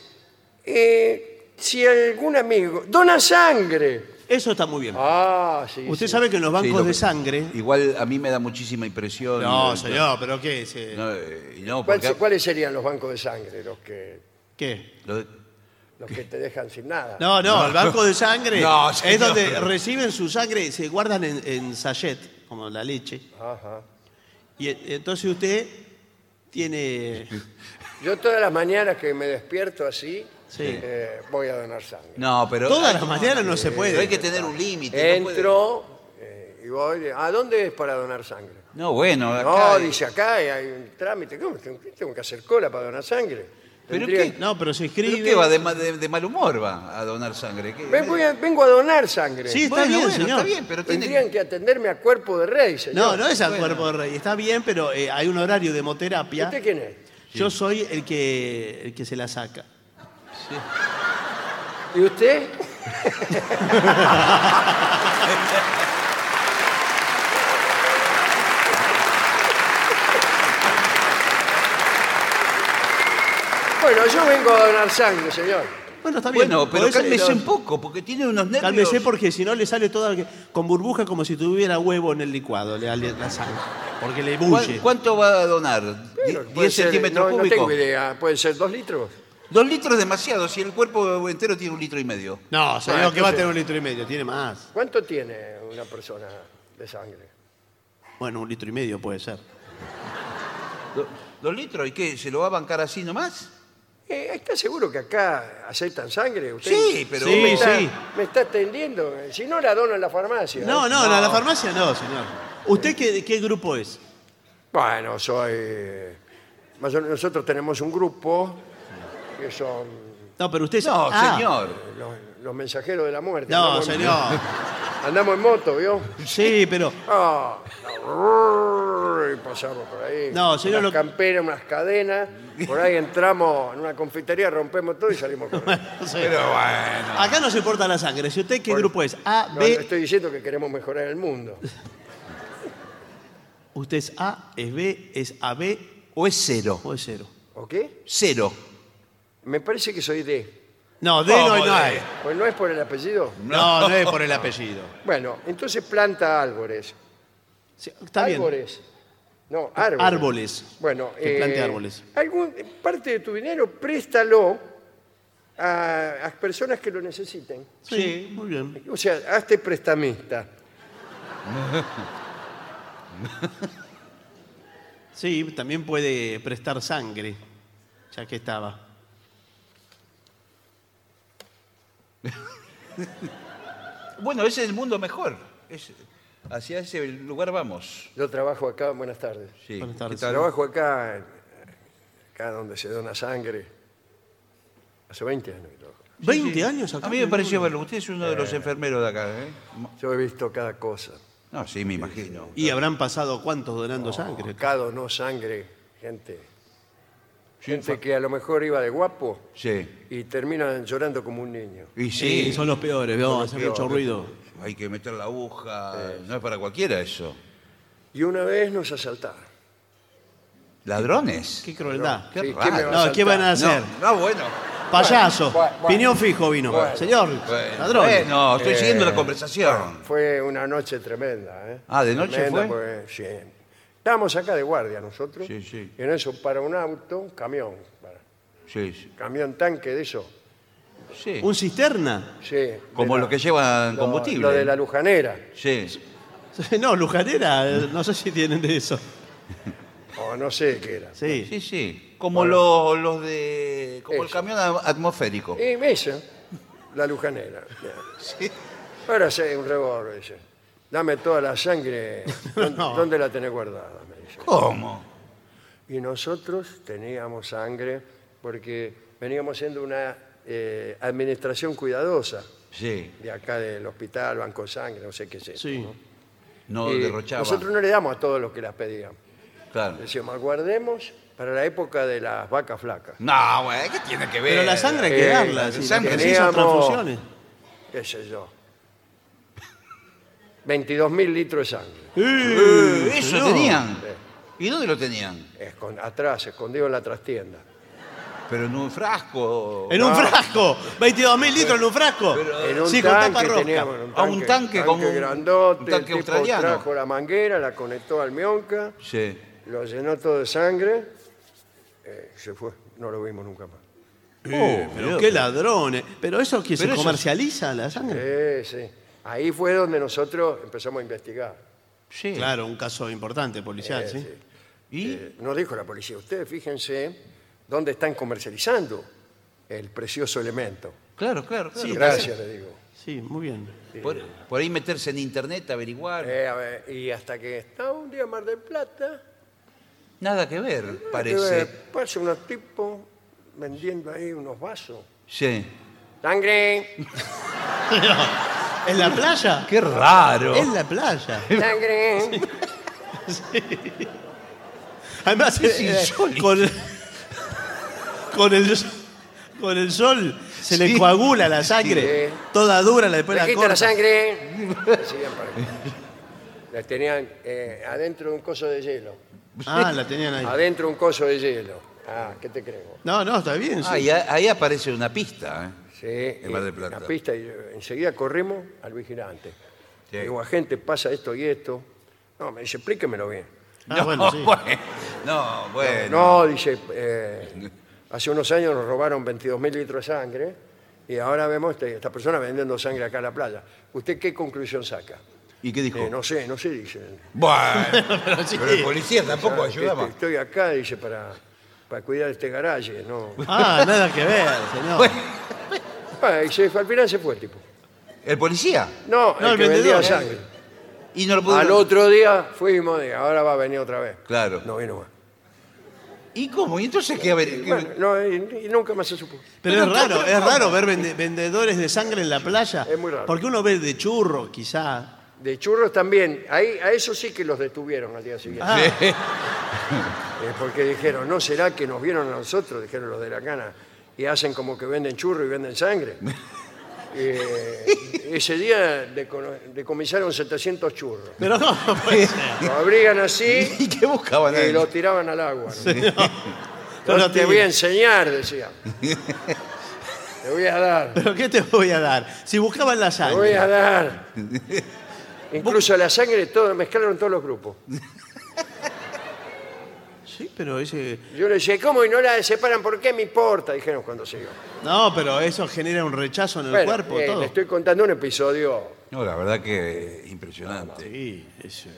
A: eh, si algún amigo... ¡Dona sangre!
E: Eso está muy bien.
A: Ah, sí.
E: Usted
A: sí.
E: sabe que en los
C: sí,
E: bancos
C: lo-
E: de sangre.
C: Igual a mí me da muchísima impresión.
E: No,
C: eh,
E: señor, pero ¿qué? Se-
C: No, eh, y no,
A: ¿Cuál-
C: porque-
A: ¿Cuáles serían los bancos de sangre? Los que,
E: ¿Qué?
C: lo de-
A: los que te dejan sin nada.
E: No, no, el banco de sangre
G: No,
E: es
G: señor.
E: donde reciben su sangre, se guardan en, en sachet, como la leche.
A: Ajá.
E: Y e- entonces usted tiene.
A: Yo todas las mañanas que me despierto así,
E: Sí.
A: eh, voy a donar sangre.
C: no, pero.
E: Todas las mañanas no se
C: Pero hay
E: puede.
C: que tener un límite. no puede-
A: Entro eh, y voy. ¿A dónde es para donar sangre?
C: No, bueno, acá.
A: No, dice acá y hay un trámite. ¿Cómo? Tengo tengo que hacer cola para donar sangre.
C: ¿Pero
A: Tendría-
C: qué?
E: No, pero se escribe.
C: ¿Pero qué va? De, ma- de- de mal humor va a donar sangre. ¿Qué-
A: Ven, voy a- vengo a donar sangre.
E: Sí, está
C: Bueno,
E: bien,
C: bueno,
E: señor.
C: Está bien, pero tiene
A: Tendrían que atenderme a cuerpo de rey,
E: No,
A: señor.
E: no es a
C: Bueno.
E: cuerpo de rey. Está bien, pero eh, hay un horario de hemoterapia.
A: ¿Usted quién es?
E: Yo soy el que, el que se la saca.
A: ¿Y usted? (laughs) bueno, yo vengo a donar sangre, señor.
E: Bueno, está bien.
C: Bueno, pero
E: Por eso-
C: cálmese
E: pero-
C: un poco, porque tiene unos nervios.
E: Cálmese porque si no le sale toda con burbuja como si tuviera huevo en el licuado, le ale- la sangre. Porque le
C: ¿Cuán-
E: bulle.
C: ¿Cuánto va a donar?
A: Bueno,
C: Die-
A: puede
C: ¿10
A: ser- eh,
C: centímetros
A: no, no
C: cúbicos?
A: tengo idea. ¿Pueden ser dos litros?
C: Dos litros es demasiado, si el cuerpo entero tiene un litro y medio.
E: No, señor,
A: Ah,
E: que va a
A: entonces-
E: tener un litro y medio, tiene más.
A: ¿Cuánto tiene una persona de sangre?
E: Bueno, un litro y medio puede ser.
C: Do- ¿Dos litros? ¿Y qué? ¿Se lo va a bancar así nomás?
A: Eh, ¿Está seguro que acá aceptan sangre? ¿Usted
C: Sí, pero-
E: Sí,
A: me está,
E: sí.
A: Me está atendiendo. Si no, la dono en la farmacia.
E: No, no, la, la farmacia no, señor. ¿Usted qué, qué grupo es?
A: Bueno, soy. más o menos, Nosotros tenemos un grupo que son
E: No, pero usted es.
C: No,
E: Ah,
C: señor.
A: los, los mensajeros de la muerte.
E: No,
A: Andamos en-
E: señor.
A: (laughs) andamos en moto, ¿vio?
E: Sí, pero.
A: Ah, y pasamos por ahí.
E: No, señor,
A: Unas
E: lo-
A: camperas, unas cadenas. Por ahí entramos en una confitería, rompemos todo y salimos
E: (laughs)
A: corriendo.
G: Pero bueno.
E: Acá no se importa la sangre. Si usted qué
A: Bueno.
E: grupo es, A,
A: No, no,
C: este-
E: B,
A: estoy diciendo que queremos mejorar el mundo.
E: usted es A, es B, es AB
C: ¿O es cero?
E: o es cero.
A: ¿O qué?
C: Cero.
A: Me parece que soy D.
E: No, D no,
G: ¿Cómo
E: no
G: D?
E: hay.
A: Pues no es por el apellido.
E: No, no es por el apellido.
A: Bueno, entonces planta Álvarez.
E: Sí, está bien.
A: Árboles. No, árboles.
E: Árboles.
A: Bueno, eh,
E: Que plante árboles.
A: algún- parte de tu dinero préstalo a, a personas que lo necesiten.
E: Sí, muy bien.
A: O sea, hazte prestamista.
E: Sí, también puede prestar sangre, ya que estaba.
C: Bueno, ese es el mundo mejor. Es- hacia ese lugar vamos.
A: Yo trabajo acá, buenas tardes.
C: Sí.
E: Buenas tardes.
C: ¿Qué tal?
A: Trabajo acá, en- acá donde se dona sangre. Hace 20 años que trabajo.
E: ¿20 años acá?
C: A mí me pareció verlo. Usted es uno de los enfermeros de acá. ¿eh?
A: Yo he visto cada cosa.
C: No, sí, me imagino.
E: ¿Y habrán pasado cuántos donando sangre?
A: Acá donó sangre, gente. Gente que a lo mejor iba de guapo
C: Sí.
A: y terminan llorando como un niño.
C: Y
E: Sí,
C: sí,
E: son los peores, no, hace mucho ruido.
C: hay que meter la aguja. No es para cualquiera eso.
A: Y una vez nos asaltaron.
C: ¿Ladrones?
E: Qué crueldad.
C: Qué
A: Sí, ¿quién
C: raro.
A: me va a
C: No,
A: asaltar?
E: ¿qué van a hacer?
C: No, no, bueno.
E: Payaso,
A: Bueno, bueno.
E: piñón fijo vino.
A: Bueno.
E: Señor,
C: Bueno,
E: ladrón.
C: bueno, estoy
A: Eh,
C: siguiendo la conversación.
A: Fue una noche tremenda. ¿eh?
C: Ah, ¿de noche
A: Tremenda,
C: fue?
A: porque, sí. Estábamos acá de guardia nosotros.
C: Sí, sí.
A: Y en eso para un auto, un camión. para-
C: Sí, sí.
A: camión tanque de eso.
C: sí.
E: ¿Un cisterna? (laughs)
A: Sí, de
C: Como
A: la-
C: los que llevan
A: lo-
C: combustible.
A: Lo de la lujanera.
C: Sí.
E: No, lujanera, eh, no sé si tienen de eso.
A: O no sé qué era.
E: Sí.
C: Sí, sí. Como los, los de. Como el
A: Eso.
C: camión a- atmosférico.
A: Y me hizo la lujanera. Ahora sí, un revólver, dice. Dame toda la
C: (laughs)
A: sangre. ¿Dónde, dónde la tenés guardada? Me dice.
C: ¿Cómo?
A: Y nosotros teníamos sangre porque veníamos siendo una eh, administración cuidadosa
C: Sí.
A: de acá del hospital, banco de sangre, no sé qué sé.
E: Sí.
C: No
A: Y
C: derrochaba.
A: nosotros no le damos a todos los que las pedían.
C: Claro.
A: Decíamos, guardemos para la época de las vacas flacas.
C: No, güey, ¿qué tiene que ver?
E: Pero la sangre hay que
A: Eh,
E: darla, si
C: sangre,
E: necesitan
A: teníamos-
E: transfusiones.
A: qué sé yo, 22.000 litros de sangre,
C: Eh, eso
E: no.
C: tenían. ¿Y dónde lo tenían?
A: escon- atrás, escondido en la trastienda.
C: Pero en un frasco.
E: En
A: Ah.
E: un frasco, 22.000 litros en un frasco.
A: En un
E: sí, con tapa
A: tanque
E: rosca.
A: teníamos. en
C: Ah, un tanque como un-
A: grandote,
C: un tanque
A: el tipo
C: australiano.
A: trajo la manguera, la conectó al mionca,
C: Sí.
A: lo llenó todo de sangre, eh, se fue, no lo vimos nunca más.
C: Oh,
E: Pero qué ladrones. Pero eso que se
C: Pero eso-
E: comercializa la sangre.
A: Sí, sí. Ahí fue donde nosotros empezamos a investigar.
C: Sí.
E: Claro, un caso importante policial, sí.
A: Eh, sí.
C: ¿Y?
A: Eh, nos dijo la policía, ustedes fíjense dónde están comercializando el precioso elemento.
C: Claro, claro, claro.
E: Sí,
A: Gracias, le digo.
E: Sí, muy bien.
C: Por, por ahí meterse en internet, averiguar.
A: Eh, a ver, y hasta que estaba un día en Mar del Plata,
C: Nada que ver,
A: eh,
C: parece.
A: pasa unos tipos vendiendo ahí unos vasos.
C: Sí.
A: ¡Sangre!
E: ¿En la playa?
C: Qué raro. (laughs)
E: En la playa.
A: (laughs) ¡Sangre!
E: Además,
C: Es
E: eh,
C: insólito.
E: con, con el, con el sol se le
C: Sí.
E: coagula la sangre.
A: Sí.
E: Toda dura, la después la
A: ¡Le quita la
E: corta.
A: sangre! Decían para acá. La tenían eh, adentro de un coso de hielo.
E: Ah, la tenían ahí.
A: Adentro de un coso de hielo. Ah, ¿qué te creo?
E: No, no, está bien. sí.
C: Ah, y a- ahí aparece una pista. ¿eh?
A: Sí,
C: En Mar del
A: y
C: Plata.
A: La pista y eh, enseguida corrimos al vigilante.
C: Sí.
A: Digo, agente, pasa esto y esto. No, me dice, explíquemelo bien.
E: Ah,
C: no,
E: bueno, sí.
C: bueno. No, bueno.
A: No, dice, eh, hace unos años nos robaron 22.000 litros de sangre y ahora vemos este- esta persona vendiendo sangre acá en la playa. ¿Usted qué conclusión saca?
C: ¿Y qué dijo?
A: Eh, no sé, no sé, dice.
C: Bueno,
E: Pero sí.
C: (laughs) pero el policía tampoco
A: Este,
C: ayudaba.
A: Estoy acá, dice, para, para cuidar este garaje. No.
E: Ah, nada que ver, señor.
A: Ah, y se fue, al final se fue el tipo.
C: ¿El policía?
A: No,
E: No,
A: el,
E: el
A: que vendía
E: vendedor, eh.
A: sangre.
C: Y Ah, no lo pudo.
A: Al otro día fuimos, digo, ahora va a venir otra vez.
C: Claro.
A: No vino más.
C: ¿Y cómo? ¿Y entonces qué? A ver, qué-
A: Bueno, no, y, y nunca más se supo.
E: Pero es
C: Pero,
E: raro,
C: claro,
E: es
C: ¿cómo?
E: raro ver vende- vendedores de sangre en la playa.
A: Es muy raro.
E: Porque uno ve de churro, quizá.
A: De churros también. Ahí, a eso sí que los detuvieron al día siguiente.
E: Ah,
A: (laughs) Eh, porque dijeron, ¿no será que nos vieron a nosotros? Dijeron los de la cana. Y hacen como que venden churros y venden
E: (laughs)
A: sangre. Eh, ese día decono- decomisaron 700 churros.
E: Pero no, (laughs) puede ser.
A: Lo abrían así
C: ¿Y qué buscaban
A: y
C: ahí?
A: lo tiraban al agua. ¿no?
E: No lo
A: Yo te voy a
E: tiene.
A: enseñar, decían. Te voy a dar.
E: ¿Pero qué te voy a dar? Si buscaban la
A: Te voy
E: sangre.
A: a dar. Incluso la sangre, todo, mezclaron todos los grupos.
E: Sí, pero ese.
A: Yo le dije, ¿cómo? Y no la separan, ¿por qué me importa? Dijeron cuando se iba.
E: No, pero eso genera un rechazo en el
A: Bueno,
E: cuerpo,
A: eh,
E: todo.
A: le estoy contando un episodio.
C: No, la verdad que impresionante.
E: Sí, eso.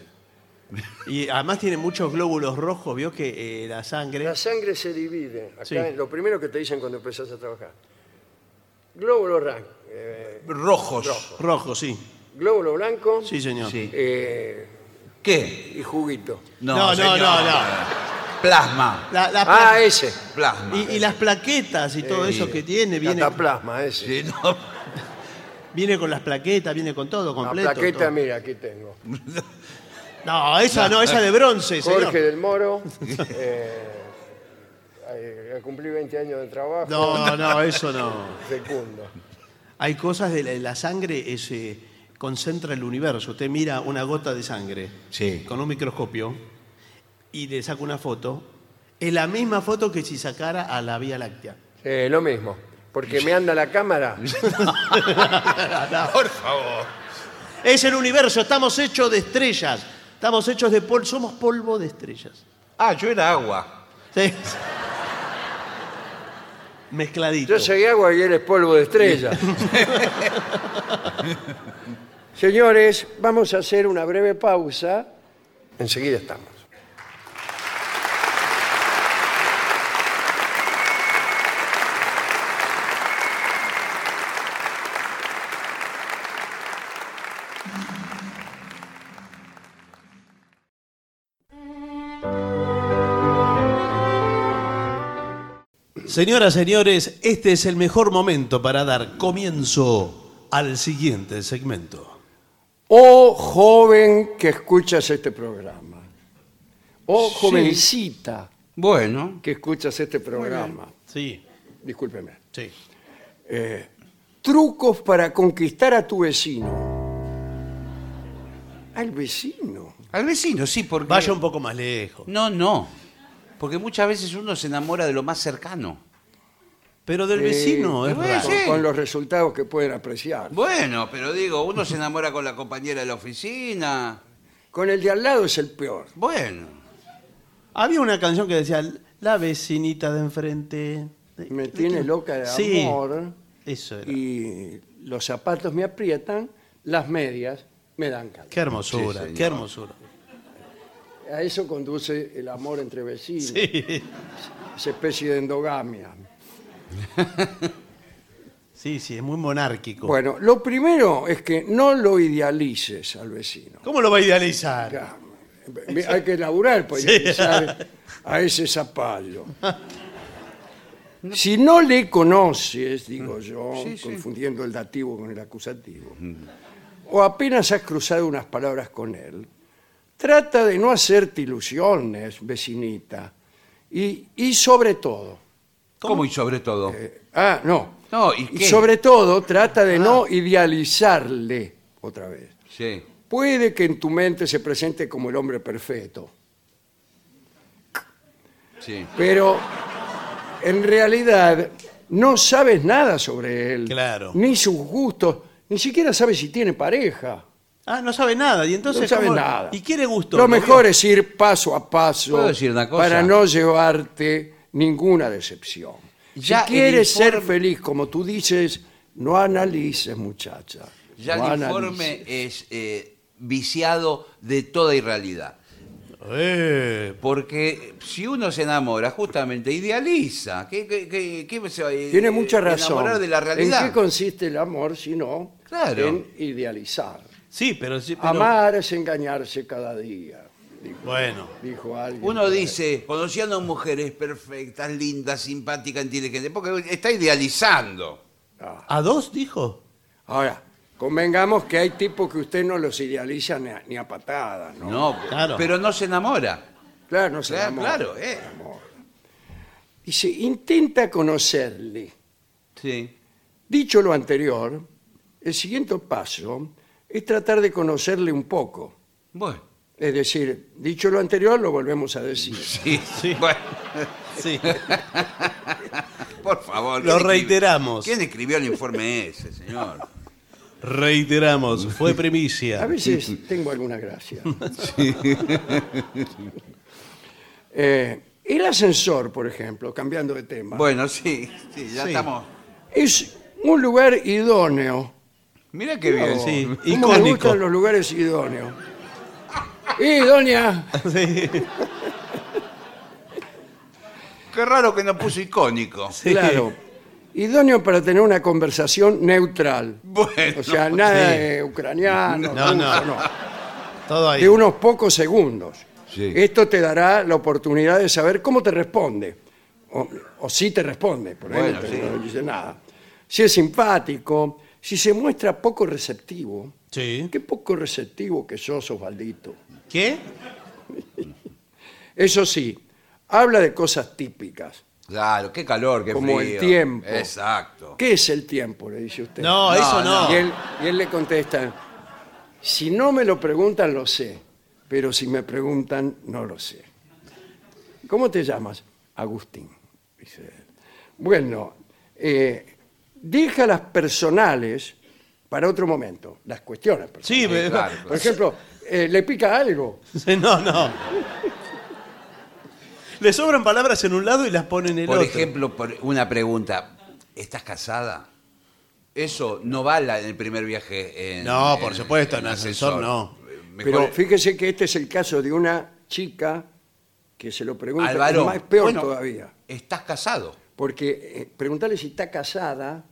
E: Y además tiene muchos glóbulos rojos, vio que eh, la sangre.
A: La sangre se divide. Acá
E: Sí.
A: es lo primero que te dicen cuando empezás a trabajar. Glóbulo, blanco,
C: Rojos.
E: Rojo, sí.
A: glóbulo blanco
E: Sí, señor.
C: Sí.
A: eh,
C: ¿Qué?
A: y juguito.
C: No,
E: No, no,
C: señor.
E: no, no.
C: Plasma.
E: La- la
A: Ah,
E: pla-
A: ese.
C: Plasma.
E: y, y las plaquetas y todo eso que tiene, viene,
A: Cataplasma, eh, ese.
C: Sí, no.
E: viene con las plaquetas, viene con todo,
A: La
E: completo.
A: plaqueta,
E: todo.
A: mira, aquí tengo.
E: No, esa no, esa de bronce, señor.
A: Jorge del
E: (laughs)
A: Moro. eh, eh, cumplí 20 años de trabajo.
E: No, no, eso no.
A: Fecundo.
E: Hay cosas de la, la sangre es, eh, concentra el universo. Usted mira una gota de sangre
C: Sí.
E: con un microscopio y le saca una foto. Es la misma foto que si sacara a la Vía Láctea.
A: Eh, lo mismo. Porque me anda la
E: (laughs)
A: cámara.
E: Por favor. Es el universo, estamos hechos de estrellas. Estamos hechos de polvo, somos polvo de estrellas.
C: Ah, yo era agua.
E: Sí. Mezcladito.
A: Yo soy agua y eres polvo de
E: (laughs)
A: estrella. (laughs) Señores, vamos a hacer una breve pausa. Enseguida estamos.
E: Señoras, señores, este es el mejor momento para dar comienzo al siguiente segmento.
A: Oh joven que escuchas este programa. Oh jovencita
C: Bueno.
A: que escuchas este programa.
E: Sí,
A: Discúlpeme.
E: sí.
A: Eh, Trucos para conquistar a tu vecino. Al vecino.
C: Al vecino, sí, porque.
E: Vaya un poco más lejos.
C: No, no. Porque muchas veces uno se enamora de lo más cercano.
E: Pero del
A: Eh,
E: vecino, es
C: bueno,
E: raro.
A: Con,
C: Sí.
A: con los resultados que pueden apreciar.
C: Bueno, pero digo, uno se enamora con la compañera de la oficina.
A: Con el de al lado es el peor.
C: Bueno.
E: Había una canción que decía, la vecinita de enfrente.
A: Me tiene loca de
E: Sí,
A: amor.
E: Eso era.
A: y los zapatos me aprietan, las medias me dan calor.
E: Qué hermosura,
C: Sí, señor.
E: qué hermosura. (laughs)
A: A eso conduce el amor entre vecinos,
E: Sí,
A: esa especie de endogamia.
E: sí, sí, es muy monárquico.
A: Bueno, lo primero es que no lo idealices al vecino.
E: ¿Cómo lo va a idealizar?
A: Ya, Hay que laburar para
E: Sí.
A: idealizar a ese zapallo. Si no le conoces,
C: Mm.
A: digo yo, confundiendo el dativo con el acusativo, o apenas has cruzado unas palabras con él, trata de no hacerte ilusiones, vecinita. Y, y sobre todo,
C: ¿Cómo, y sobre todo?
E: Eh,
A: ah, no,
C: No, ¿y qué? Ah.
A: sobre todo trata de no idealizarle otra vez.
C: Sí.
A: Puede que en tu mente se presente como el hombre perfecto,
C: Sí.
A: pero en realidad no sabes nada sobre él,
E: Claro.
A: ni sus gustos, ni siquiera sabes si tiene pareja.
E: Ah, no sabe nada. Y entonces,
A: no sabes
E: ¿cómo-
A: nada.
E: ¿Y quiere gusto?
A: Lo mejor es ir paso a paso
C: ¿Puedo decir una cosa?
A: para no llevarte ninguna decepción.
C: Ya
A: si quieres
C: el informe-
A: ser feliz, como tú dices, no analices, muchacha.
C: Ya
A: no
C: el informe
A: analices.
C: es eh, viciado de toda irrealidad.
E: Eh,
C: Porque si uno se enamora, justamente idealiza. ¿Qué, qué- qué- qué se va a
A: Tiene
C: eh,
A: mucha
C: enamorar
A: razón.
C: de la realidad?
A: ¿En qué consiste el amor si no
C: Claro.
A: en idealizar?
E: sí, pero... sí, pero-
A: Amar es engañarse cada día, dijo,
E: Bueno,
A: dijo alguien.
C: Uno dice, conociendo a mujeres perfectas, lindas, simpáticas, inteligentes, porque está idealizando.
E: ¿a dos dijo?
A: Ahora, Ah. convengamos que hay tipos que usted no los idealiza ni a, ni a patadas, ¿no?
C: No,
E: Claro.
C: pero no se enamora.
A: Claro, no se
C: Claro,
A: enamora,
C: claro, eh.
A: se enamora. Dice, intenta conocerle.
C: Sí.
A: Dicho lo anterior, el siguiente paso es tratar de conocerle un poco.
C: Bueno. (laughs)
A: Es decir, dicho lo anterior, lo volvemos a decir.
C: Sí,
E: Sí.
C: Bueno,
E: Sí.
C: por favor.
E: Lo
C: ¿quién escribió-
E: reiteramos.
C: ¿Quién escribió el informe
A: (laughs)
C: ese, señor?
E: Reiteramos, fue
A: A
E: primicia.
A: veces
E: (laughs)
A: tengo alguna gracia. (laughs) Eh, El ascensor, por ejemplo, cambiando de tema,
C: Bueno, sí, sí, ya
E: Sí.
C: estamos.
A: es un lugar idóneo.
C: Mira qué bien, sí.
A: ¿Cómo me
E: Icónico.
A: gustan los lugares idóneos. ¡Eh, doña!
C: Qué raro que no puso icónico.
A: Claro. Idóneo para tener una conversación neutral.
C: Bueno,
A: O sea, nada
E: sí.
A: de ucraniano,
E: No, no.
A: ruso, no.
E: Todo ahí.
A: de unos pocos segundos.
C: Sí.
A: Esto te dará la oportunidad de saber cómo te responde, o, o si te responde, por ahí
C: Bueno,
A: no te-
C: sí.
A: no dice nada. Si es simpático, si se muestra poco receptivo.
E: Sí.
A: Qué poco receptivo que sos, Osvaldito.
E: ¿Qué?
A: Eso sí, habla de cosas típicas.
C: claro, qué calor, qué
A: Como el
C: frío.
A: tiempo.
C: Exacto.
A: ¿Qué es el tiempo? Le dice usted.
E: No, eso no.
A: Y él, y él le contesta, si no me lo preguntan lo sé, pero si me preguntan no lo sé. ¿Cómo te llamas? Agustín. Dice él. Bueno, eh, deja las personales para otro momento, las cuestiones. personales.
E: Sí, pero- (laughs)
C: claro,
A: Por ejemplo, eh, ¿le pica algo?
E: No, no. Le sobran palabras en un lado y las ponen en el
C: Por
E: otro.
C: ejemplo, por una pregunta. ¿Estás casada? Eso no va la- en el primer viaje. en-
E: No, por supuesto, en ascensor no.
C: Mejor-
A: Pero fíjese que este es el caso de una chica que se lo pregunta,
C: al varón.
A: es más peor
C: Bueno,
A: todavía.
C: ¿Estás casado?
A: Porque eh, preguntarle si está casada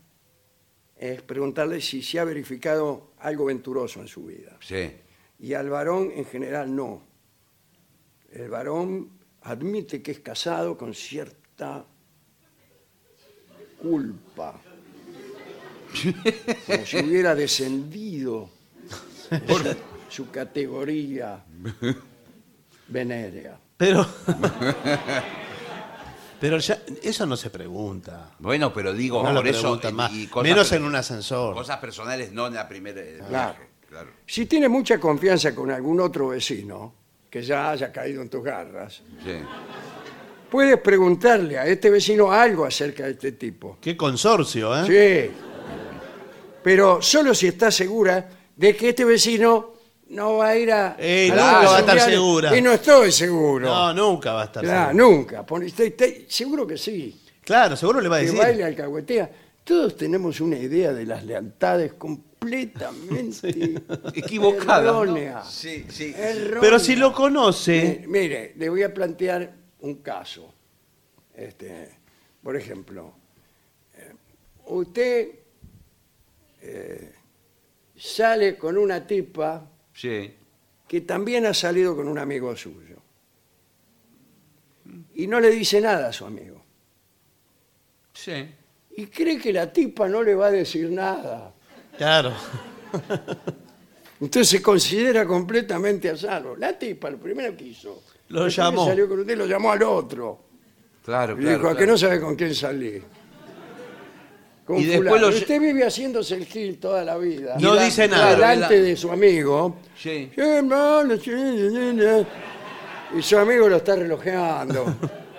A: es preguntarle si se ha verificado algo venturoso en su vida.
C: Sí.
A: Y al varón en general no. El varón admite que es casado con cierta culpa. Como si hubiera descendido de su, su categoría venérea.
E: Pero. Pero ya, eso no se pregunta.
C: Bueno, pero digo,
E: No lo
C: por eso.
E: preguntan
C: y-
E: más.
C: y cosas
E: Menos
C: per-
E: en un ascensor.
C: Cosas personales no en la primera. en el
A: Claro.
C: viaje, claro.
A: Si tiene mucha confianza con algún otro vecino que ya haya caído en tus garras,
C: Sí.
A: puedes preguntarle a este vecino algo acerca de este tipo.
E: Qué consorcio, ¿eh?
A: Sí. Pero solo si estás segura de que este vecino no va a ir a.
E: Eh,
A: a
E: nunca
A: los
E: va a estar
A: mundiales.
E: segura.
A: Y no estoy seguro.
E: No, nunca va a estar.
A: Claro,
E: seguro.
A: nunca. Pon- estoy- estoy- seguro que sí.
E: Claro, seguro le va a
A: Que
E: decir.
A: baile alcahuetea. Todos tenemos una idea de las lealtades
E: (laughs)
A: completamente
C: Equivocada. ¿no?
A: errónea.
C: Sí, sí.
A: Errónea.
E: Pero si lo conoce.
A: Eh, mire, le voy a plantear un caso. Este, por ejemplo, eh, usted eh, sale con una tipa
C: Sí.
A: que también ha salido con un amigo suyo. Y no le dice nada a su amigo.
C: Sí.
A: Y cree que la tipa no le va a decir nada.
E: Claro.
A: Entonces se considera completamente a salvo. La tipa, lo primero que hizo.
E: Lo
A: el que
E: llamó.
A: Salió con usted, lo llamó al otro.
C: Claro,
A: Y
C: claro,
A: dijo, ¿a
C: claro.
A: que no sabe con quién salí? Con
C: Y después
A: fulano.
C: lo lle-
A: Usted vive haciéndose el gil toda la vida.
E: No
A: Delante-
E: dice nada.
A: Delante
C: Claro,
A: de su amigo.
C: Sí.
A: Sí, hermano, sí, sí, sí, sí. Y su amigo lo está
C: (laughs)
A: relojeando.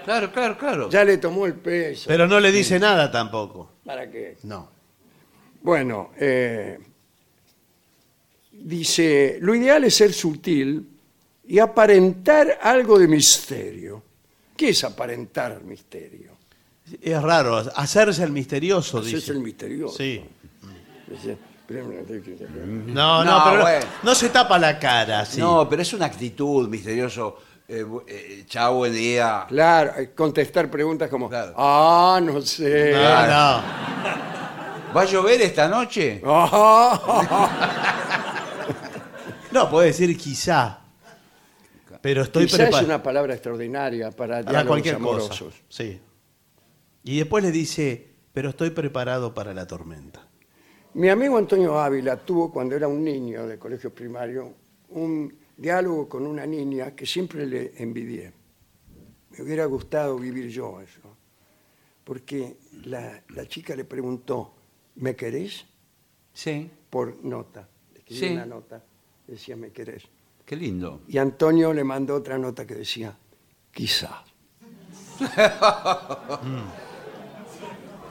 C: Claro, claro, claro.
A: ya le tomó el peso.
E: Pero no le dice nada tampoco.
A: ¿Para qué?
E: No.
A: Bueno, eh, dice, lo ideal es ser sutil y aparentar algo de misterio. ¿Qué es aparentar misterio?
E: Es raro. Hacerse el misterioso,
A: Ese es
E: dice.
A: el misterioso.
E: Sí.
A: Dice, "Pero-
E: No, no,
C: No,
E: pero no-
C: bueno.
E: no se tapa la cara, sí.
C: No, pero es una actitud misterioso. Eh, bu- eh, chao, buen día.
A: Claro, eh, contestar preguntas como,
C: Claro.
A: ah, no sé.
E: No, no.
C: ¿Va a llover esta noche?
A: Ah,
E: No, puede decir quizá. Pero estoy
A: (laughs) quizá es
E: preparado.
A: una palabra extraordinaria para,
E: para
A: diálogos
E: cualquier cosa.
A: amorosos.
E: Sí. Y después le dice, pero estoy preparado para la tormenta.
A: Mi amigo Antonio Ávila tuvo cuando era un niño de colegio primario un diálogo con una niña que siempre le envidié. Me hubiera gustado vivir yo eso. Porque la, la chica le preguntó, ¿me querés?
C: Sí.
A: Por nota. Le escribí
C: Sí.
A: una nota, decía, ¿me querés?
C: Qué lindo.
A: Y Antonio le mandó otra nota que decía, quizá.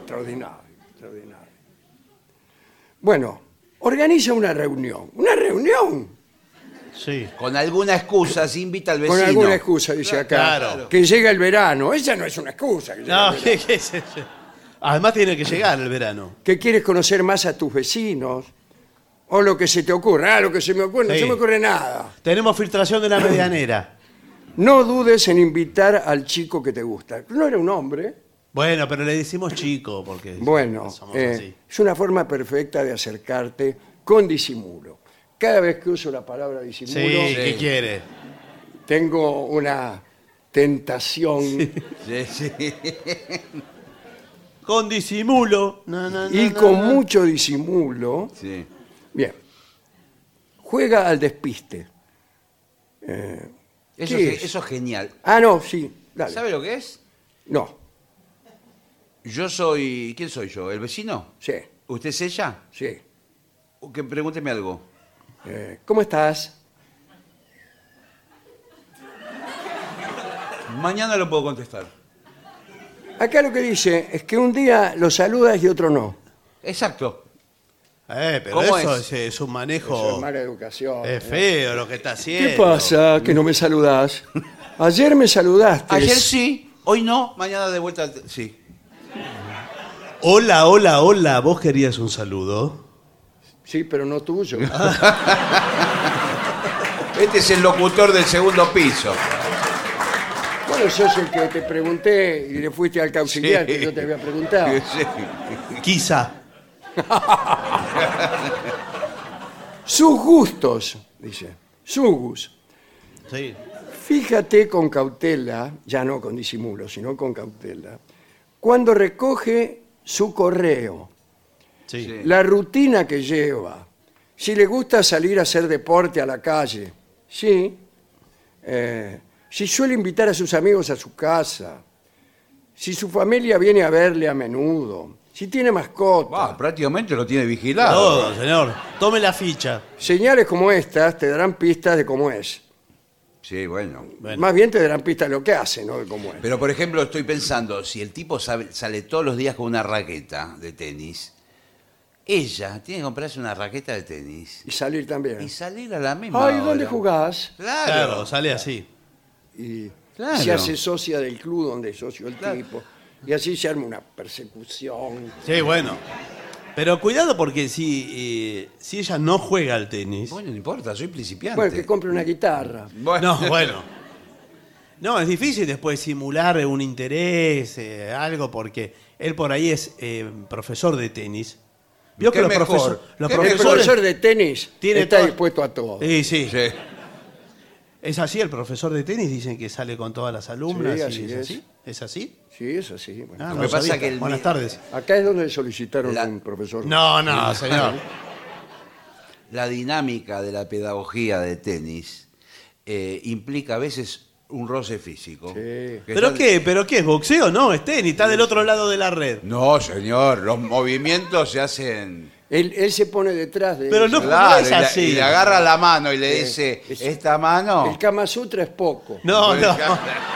A: extraordinario, extraordinario. Bueno, organiza una reunión. ¿Una reunión?
E: Sí.
C: Con alguna excusa se invita al vecino.
A: Con alguna excusa, dice acá.
E: Claro.
A: Que llega el verano. Esa no es una excusa. Que, llega
E: No, (laughs)
A: el verano.
E: ¿qué, qué es eso? Además tiene que llegar el verano.
A: Que quieres conocer más a tus vecinos. O lo que se te ocurra. Ah, lo que se me ocurre. No
E: Sí.
A: se me ocurre nada.
E: Tenemos filtración de la medianera.
A: No dudes en invitar al chico que te gusta. No era un hombre.
E: Bueno, pero le decimos chico porque
A: Bueno,
E: somos
A: eh,
E: así.
A: es una forma perfecta de acercarte con disimulo. Cada vez que uso la palabra
E: Sí,
A: disimulo,
E: ¿qué
C: Sí.
E: quiere?
A: tengo una tentación
C: Sí, sí.
E: Con disimulo. No, no, no,
A: (laughs) y
E: no,
A: con
E: no.
A: mucho disimulo.
C: sí.
A: Bien, juega al despiste. Eh,
C: Eso,
A: ¿qué
C: es,
A: es?
C: eso es genial.
A: Ah, no, sí, dale.
C: ¿Sabe lo que es?
A: No,
C: Yo soy. ¿Quién soy yo? ¿El vecino?
A: sí,
C: ¿Usted es ella?
A: sí.
C: Que pregúnteme algo.
A: Eh, ¿Cómo estás?
C: Mañana lo puedo contestar.
A: Acá lo que dice es que un día lo saludas y otro no.
C: Exacto.
E: Eh, pero
C: ¿Cómo
E: eso
C: es?
E: es, es
A: Eso
E: un manejo. eh.
A: es mala educación.
E: Oh. Es
A: ¿no?
E: feo lo que está haciendo.
A: ¿Qué pasa que no me saludás? Ayer me saludaste.
C: Ayer sí, hoy no, mañana de vuelta sí.
E: Hola, hola, hola. ¿Vos querías un saludo?
A: Sí, pero no tuyo. (laughs)
C: Este es el locutor del segundo piso.
A: Bueno, sos el que te pregunté y le fuiste al cauciliar que yo te había preguntado.
C: (laughs) Sí.
E: Quizá.
A: Sus gustos, dice. Sus gustos.
E: Sí.
A: Fíjate con cautela, ya no con disimulo, sino con cautela, cuando recoge su correo,
E: Sí.
C: Sí.
A: la rutina que lleva, si le gusta salir a hacer deporte a la calle, sí, eh, si suele invitar a sus amigos a su casa, si su familia viene a verle a menudo, si tiene mascota.
C: Bah, Ah, prácticamente lo tiene vigilado.
E: Todo, señor. Tome la ficha.
A: Señales como estas te darán pistas de cómo es.
C: Sí, bueno.
E: Bueno.
A: Más bien te darán pistas de lo que hace, no de cómo es.
C: Pero por ejemplo, estoy pensando, si el tipo sabe- sale todos los días con una raqueta de tenis, ella tiene que comprarse una raqueta de tenis
A: Y salir también.
C: y salir a la misma.
A: Ay, ¿dónde
C: hora.
A: jugás?
E: Claro,
C: Claro.
E: sale así.
A: Y
C: Claro.
A: se hace socia del club donde es socio el
C: Claro.
A: tipo. Y así se arma una persecución.
E: Sí, bueno. Pero cuidado porque si, eh, si ella no juega al tenis.
C: Bueno, no importa, soy principiante.
A: Bueno, que compre una guitarra.
C: (laughs) Bueno.
E: No, bueno. No, es difícil después simular un interés, eh, algo, porque él por ahí es eh, profesor de tenis. Vio
C: ¿Qué
E: que los,
C: mejor?
E: profesor- los
C: ¿Qué
A: El
C: Profesores-
A: profesor
E: profesores.
A: de tenis
E: Tiene Eh.
A: está
E: todo-
A: dispuesto a todo.
E: Sí, sí,
C: Sí.
E: Es así, el profesor de tenis dicen que sale con todas las alumnas.
A: Sí,
E: y
A: así
E: es,
A: es.
E: así. ¿Es así?
A: Sí, eso sí. bueno.
E: Ah,
C: Lo
E: no
C: que pasa
E: sabía.
C: que el
E: Buenas
C: mi-
E: tardes.
A: Acá es donde solicitaron
C: La-
A: un profesor.
E: No, no, señor.
C: La dinámica de la pedagogía de tenis eh, implica a veces un roce físico.
A: Sí.
C: (laughs) Que
E: ¿Pero
C: están-
E: qué? ¿Pero qué? ¿Es boxeo? No, es tenis, está del otro lado de la red.
C: No, señor, los movimientos se hacen.
A: Él, él se pone detrás de
E: Pero no-
C: Claro,
E: es
C: y la-
E: así.
C: y le agarra la mano y le
A: Eh,
C: dice,
A: es-
C: esta mano.
A: El Kama Sutra es poco.
E: No, no.
A: (laughs)
C: (laughs)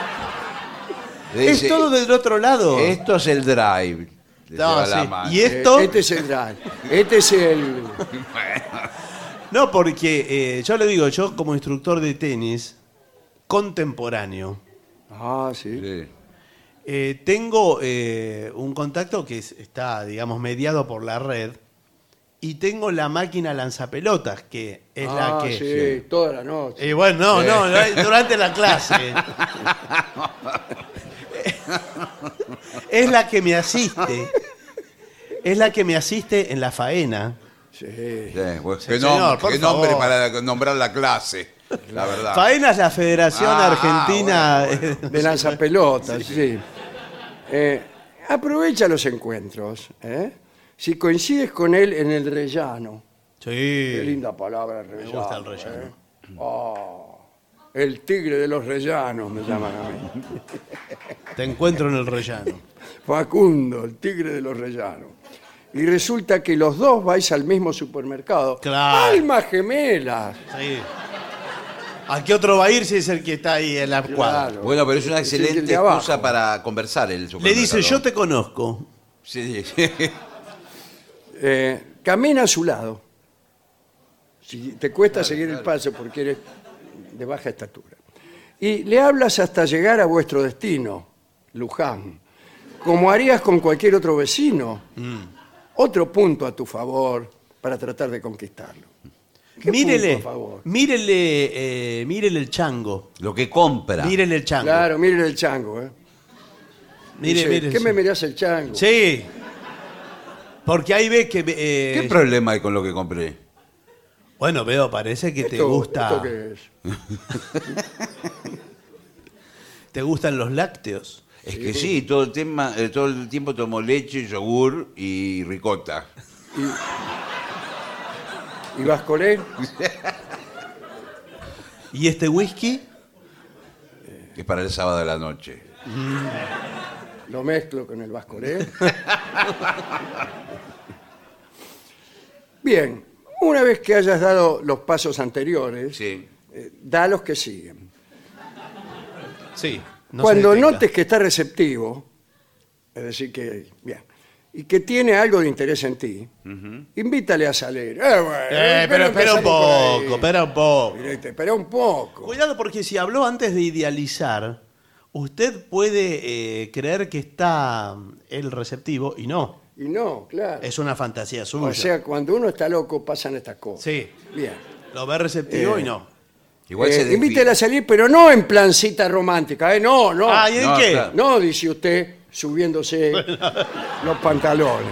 C: Le
E: Es
C: dice,
E: todo del otro lado.
C: Esto es el drive. Le
E: No,
C: lleva la
E: sí.
C: mano.
E: Y
A: Eh,
E: esto.
A: Este es el drive. Este es el.
E: No, porque eh, yo le digo, yo como instructor de tenis contemporáneo,
A: Ah, sí.
C: Sí.
E: eh, tengo eh, un contacto que es- está, digamos, mediado por la red y tengo la máquina lanzapelotas, que es Eh.
A: Ah,
E: la que...
A: sí, toda la noche.
E: Y bueno, no, no, no, es durante la clase. es la que me asiste. Es la que me asiste en la faena.
A: Sí.
C: Sí, pues,
E: Sí,
C: qué
E: señor,
C: nombre,
E: por
C: qué nombre
E: favor.
C: para nombrar la clase, la verdad.
E: Faena es la Federación
C: Ah,
E: Argentina.
C: bueno, bueno.
A: De lanzapelotas, sí. Eh, aprovecha los encuentros. ¿eh? Si coincides con él en el rellano. Qué
E: Sí.
A: linda palabra, el rellano.
E: gusta el rellano.
A: ¿eh? Oh, el tigre de los rellanos me llaman a mí.
E: Te encuentro en el rellano.
A: Facundo, el tigre de los rellanos. Y resulta que los dos vais al mismo supermercado.
E: Claro.
A: ¡Almas gemelas!
E: Sí. ¿A qué otro va a ir si es el que está ahí en la cuadra?
A: Claro.
C: Bueno, pero es una
A: Es el de
C: excelente
A: abajo.
C: excusa para conversar
E: Le
C: el
E: dice, yo
C: supermercado.
E: te conozco.
C: Sí, (laughs) sí.
A: Eh, camina a su lado. Si te cuesta seguir el paso porque eres de baja estatura. Y le hablas hasta llegar a vuestro destino, Luján, como harías con cualquier otro vecino.
E: Mm.
A: Otro punto a tu favor para tratar de conquistarlo. ¿Qué
E: Mírele,
A: punto a favor?
E: mírele, eh, mírele el chango.
C: Lo que compra.
E: Mírele el chango.
A: Claro, miren el chango. ¿eh?
E: Mire,
A: Dice,
E: mire
A: ¿Qué
E: el
A: me
E: chango".
A: mirás el chango?
E: Sí. Porque ahí ves que... eh,
C: ¿Qué problema hay con lo que compré?
E: bueno, veo, parece que te
A: Esto-
E: gusta...
A: ¿esto qué es?
E: ¿Te gustan los lácteos?
C: Es que sí, todo el, tema, eh, todo el tiempo tomo leche, yogur y ricota.
A: ¿Y vas con él?
E: ¿Y este whisky?
C: Que es para el sábado de la noche.
A: Lo mezclo con el
E: (laughs)
A: vascolé. Bien, una vez que hayas dado los pasos anteriores,
C: Sí.
A: eh, da los que siguen.
E: Sí.
A: Cuando notes que está receptivo, es decir, que bien, y que tiene algo de interés en ti, invítale a salir. Eh, bueno,
E: ¿Mm? Eh, pero espera un
A: empezamos por ahí.
E: poco, espera un poco.
A: Directo, espera un poco.
E: Cuidado porque si habló antes de idealizar, usted puede eh, creer que está el receptivo y no.
A: Y no, claro.
E: Es una fantasía suya.
A: o sea, cuando uno está loco pasan estas cosas.
E: sí,
A: Bien.
E: lo ve receptivo
A: Eh,
E: y no.
C: Igual
A: Eh,
C: se desfila.
A: invítela a salir, pero no en plancita romántica, ¿eh? No, no.
E: Ah, ¿y en
C: No,
E: qué?
C: claro.
A: No, dice usted, subiéndose los pantalones.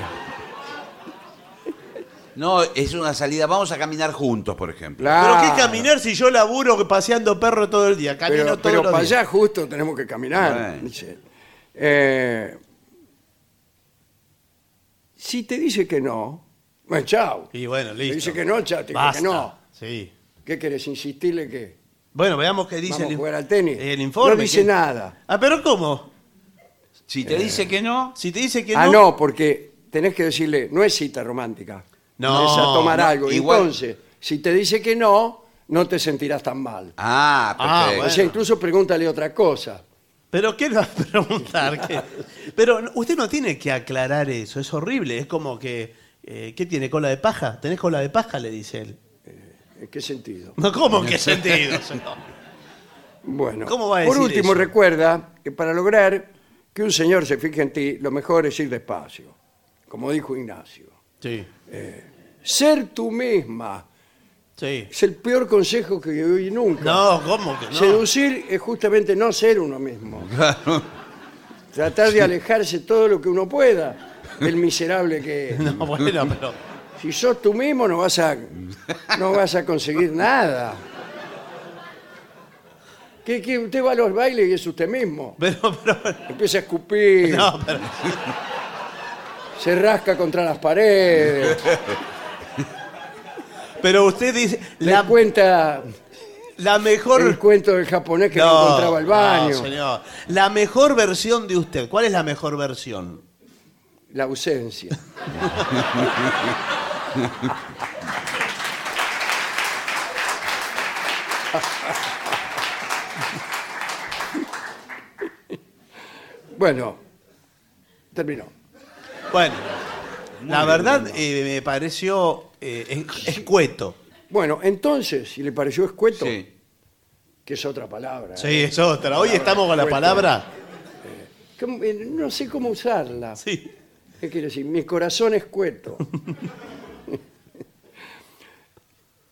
C: No, es una salida. Vamos a caminar juntos, por ejemplo.
E: Pero
A: Claro,
E: qué caminar si yo laburo paseando perro todo el día, camino
A: Pero,
E: todo
A: pero
E: el
A: para
E: día.
A: allá justo tenemos que caminar.
C: Bueno.
A: dice. Eh, si te dice que no, bueno, chao.
E: Y bueno,
A: Te
E: listo.
A: dice que no, chao, te dice
E: Basta.
A: que no.
E: Sí.
A: ¿Qué querés? ¿Insistirle que
E: Bueno, veamos qué dice
A: vamos
E: el,
A: a
E: in-
A: jugar al tenis?
E: el informe.
A: No dice
E: que-
A: nada.
E: Ah, pero ¿cómo?
C: Si te dice que no,
E: Si te dice que
A: ah,
E: no.
A: no, porque tenés que decirle, no es cita romántica.
E: No,
A: Es a tomar
C: no,
A: algo.
C: igual-
A: Entonces, si te dice que no, no te sentirás tan mal.
C: ah,
E: Ah,
C: perfecto.
A: O sea, incluso pregúntale otra cosa.
E: Pero ¿qué le vas a (laughs) preguntar? ¿Qué? Pero no- usted no tiene que aclarar eso, es horrible. Es como que, eh, ¿qué tiene? ¿Cola de paja? ¿Tenés cola de paja? Le dice él.
A: ¿En qué sentido?
E: No,
A: (laughs)
E: ¿Cómo? ¿En qué sentido?
A: Bueno,
E: ¿Cómo va a
A: por
E: decir
A: último,
E: eso?
A: recuerda que para lograr que un señor se fije en ti, lo mejor es ir despacio, como dijo Ignacio.
E: Sí,
A: Ser tú misma
E: sí.
A: es el peor consejo que yo oí nunca.
E: No, ¿cómo que no?
A: Seducir es justamente no ser uno mismo. Tratar de alejarse todo lo que uno pueda del miserable que es.
E: (laughs)
A: (laughs)
E: No, bueno, pero...
A: Si sos tú mismo no vas a no vas a conseguir nada. Que, que usted va a los bailes y es usted mismo.
E: Pero, pero...
A: Empieza a escupir,
E: No, pero...
A: se rasca contra las paredes,
E: Pero usted dice...
A: le
E: La,
A: cuenta
E: la
A: el
E: mejor...
A: cuento del japonés que no, encontraba el baño.
E: no, señor. La mejor versión de usted. ¿Cuál es la mejor versión?
A: la ausencia. bueno, terminó.
E: Bueno, la verdad eh, me pareció eh, es- escueto.
A: Bueno, entonces, si le pareció escueto,
C: Sí.
A: que es otra palabra, ¿eh?
E: Sí, es otra. Hoy estamos con la
A: escueto.
E: palabra.
A: ¿Cómo- eh, no sé cómo usarla.
E: Sí.
A: ¿Qué quiere decir? Mi corazón escueto.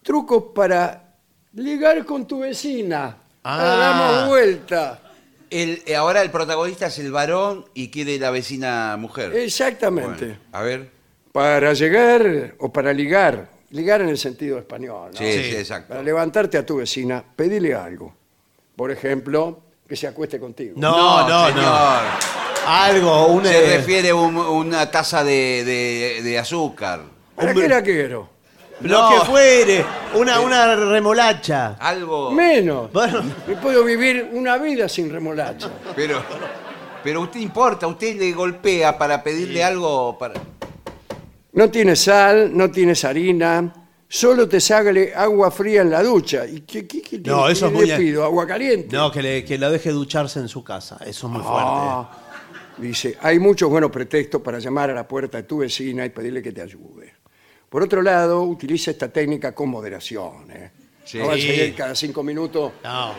A: Trucos para ligar con tu vecina. Ah,
E: Ah.
A: damos vuelta.
C: El- eh, ahora el protagonista es el varón y quiere la vecina mujer.
A: Exactamente.
C: Bueno, a ver.
A: Para llegar o para ligar, ligar en el sentido español, ¿no?
C: Sí, sí,
E: Sí.
C: exacto.
A: Para levantarte a tu vecina, pedile algo. Por ejemplo, que se acueste contigo.
E: No, no, no.
C: señor.
E: Algo, un,
C: Se
E: eh,
C: refiere a un- una taza de, de- de azúcar.
A: ¿Para
E: hombre.
A: qué la quiero?
E: lo
C: No.
E: que fuere, una, una remolacha.
C: Algo.
A: Menos.
E: Bueno,
A: Me puedo vivir una vida sin remolacha.
C: Pero, pero usted importa, usted le golpea para pedirle algo. Para...
A: No tienes sal, no tienes harina, solo te sale agua fría en la ducha. ¿Y qué, qué- qué-
E: No,
A: qué
E: eso es
A: le
E: muy a-
A: pido? ¿Agua caliente?
E: no, que, le- que la deje ducharse en su casa. Eso es muy fuerte.
A: Ah, dice, hay muchos buenos pretextos para llamar a la puerta de tu vecina y pedirle que te ayude. Por otro lado, utiliza esta técnica con moderación. ¿eh?
C: Sí.
A: No va a seguir cada cinco minutos
E: No.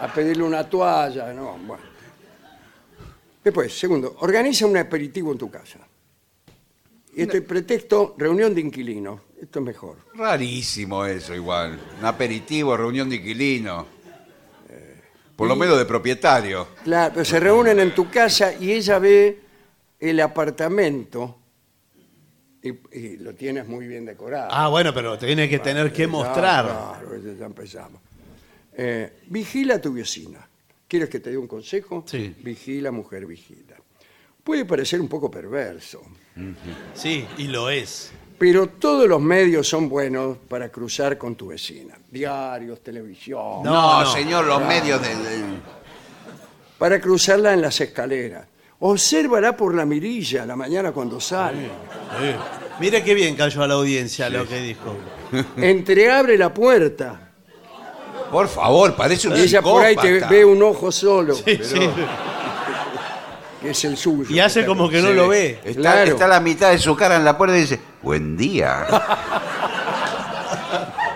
A: a pedirle una toalla, no, bueno. Después, segundo, organiza un aperitivo en tu casa. Y este pretexto, reunión de inquilinos. Esto es mejor.
C: Rarísimo eso igual. Un aperitivo, reunión de inquilino. Eh, Por lo menos de propietario.
A: Claro, pero se reúnen en tu casa y ella ve el apartamento y, y lo tienes muy bien decorado.
E: Ah, bueno, pero tiene que tener que
A: Ya,
E: mostrar.
A: Claro, ya ya empezamos. Eh, vigila a tu vecina. ¿Quieres que te dé un consejo?
E: Sí.
A: Vigila, mujer, vigila. Puede parecer un poco perverso,
E: Sí, y lo es.
A: pero todos los medios son buenos para cruzar con tu vecina. Diarios, televisión.
E: No,
C: No,
E: no.
C: señor, los medios de, de-
A: Para cruzarla en las escaleras. Obsérvala por la mirilla a la mañana cuando
E: Ah,
A: sale.
E: Sí. Mire qué bien cayó a la audiencia lo que dijo.
A: Entreabre la
E: (laughs)
A: puerta.
C: Por favor, parece un
A: Y ella por ahí te
C: psicópata.
A: ve un ojo solo,
E: (laughs) Sí.
A: que es el suyo.
E: Y hace como que no
C: Sí.
E: lo ve.
C: Está,
A: Claro.
C: está la mitad de su cara en la puerta y dice, buen día.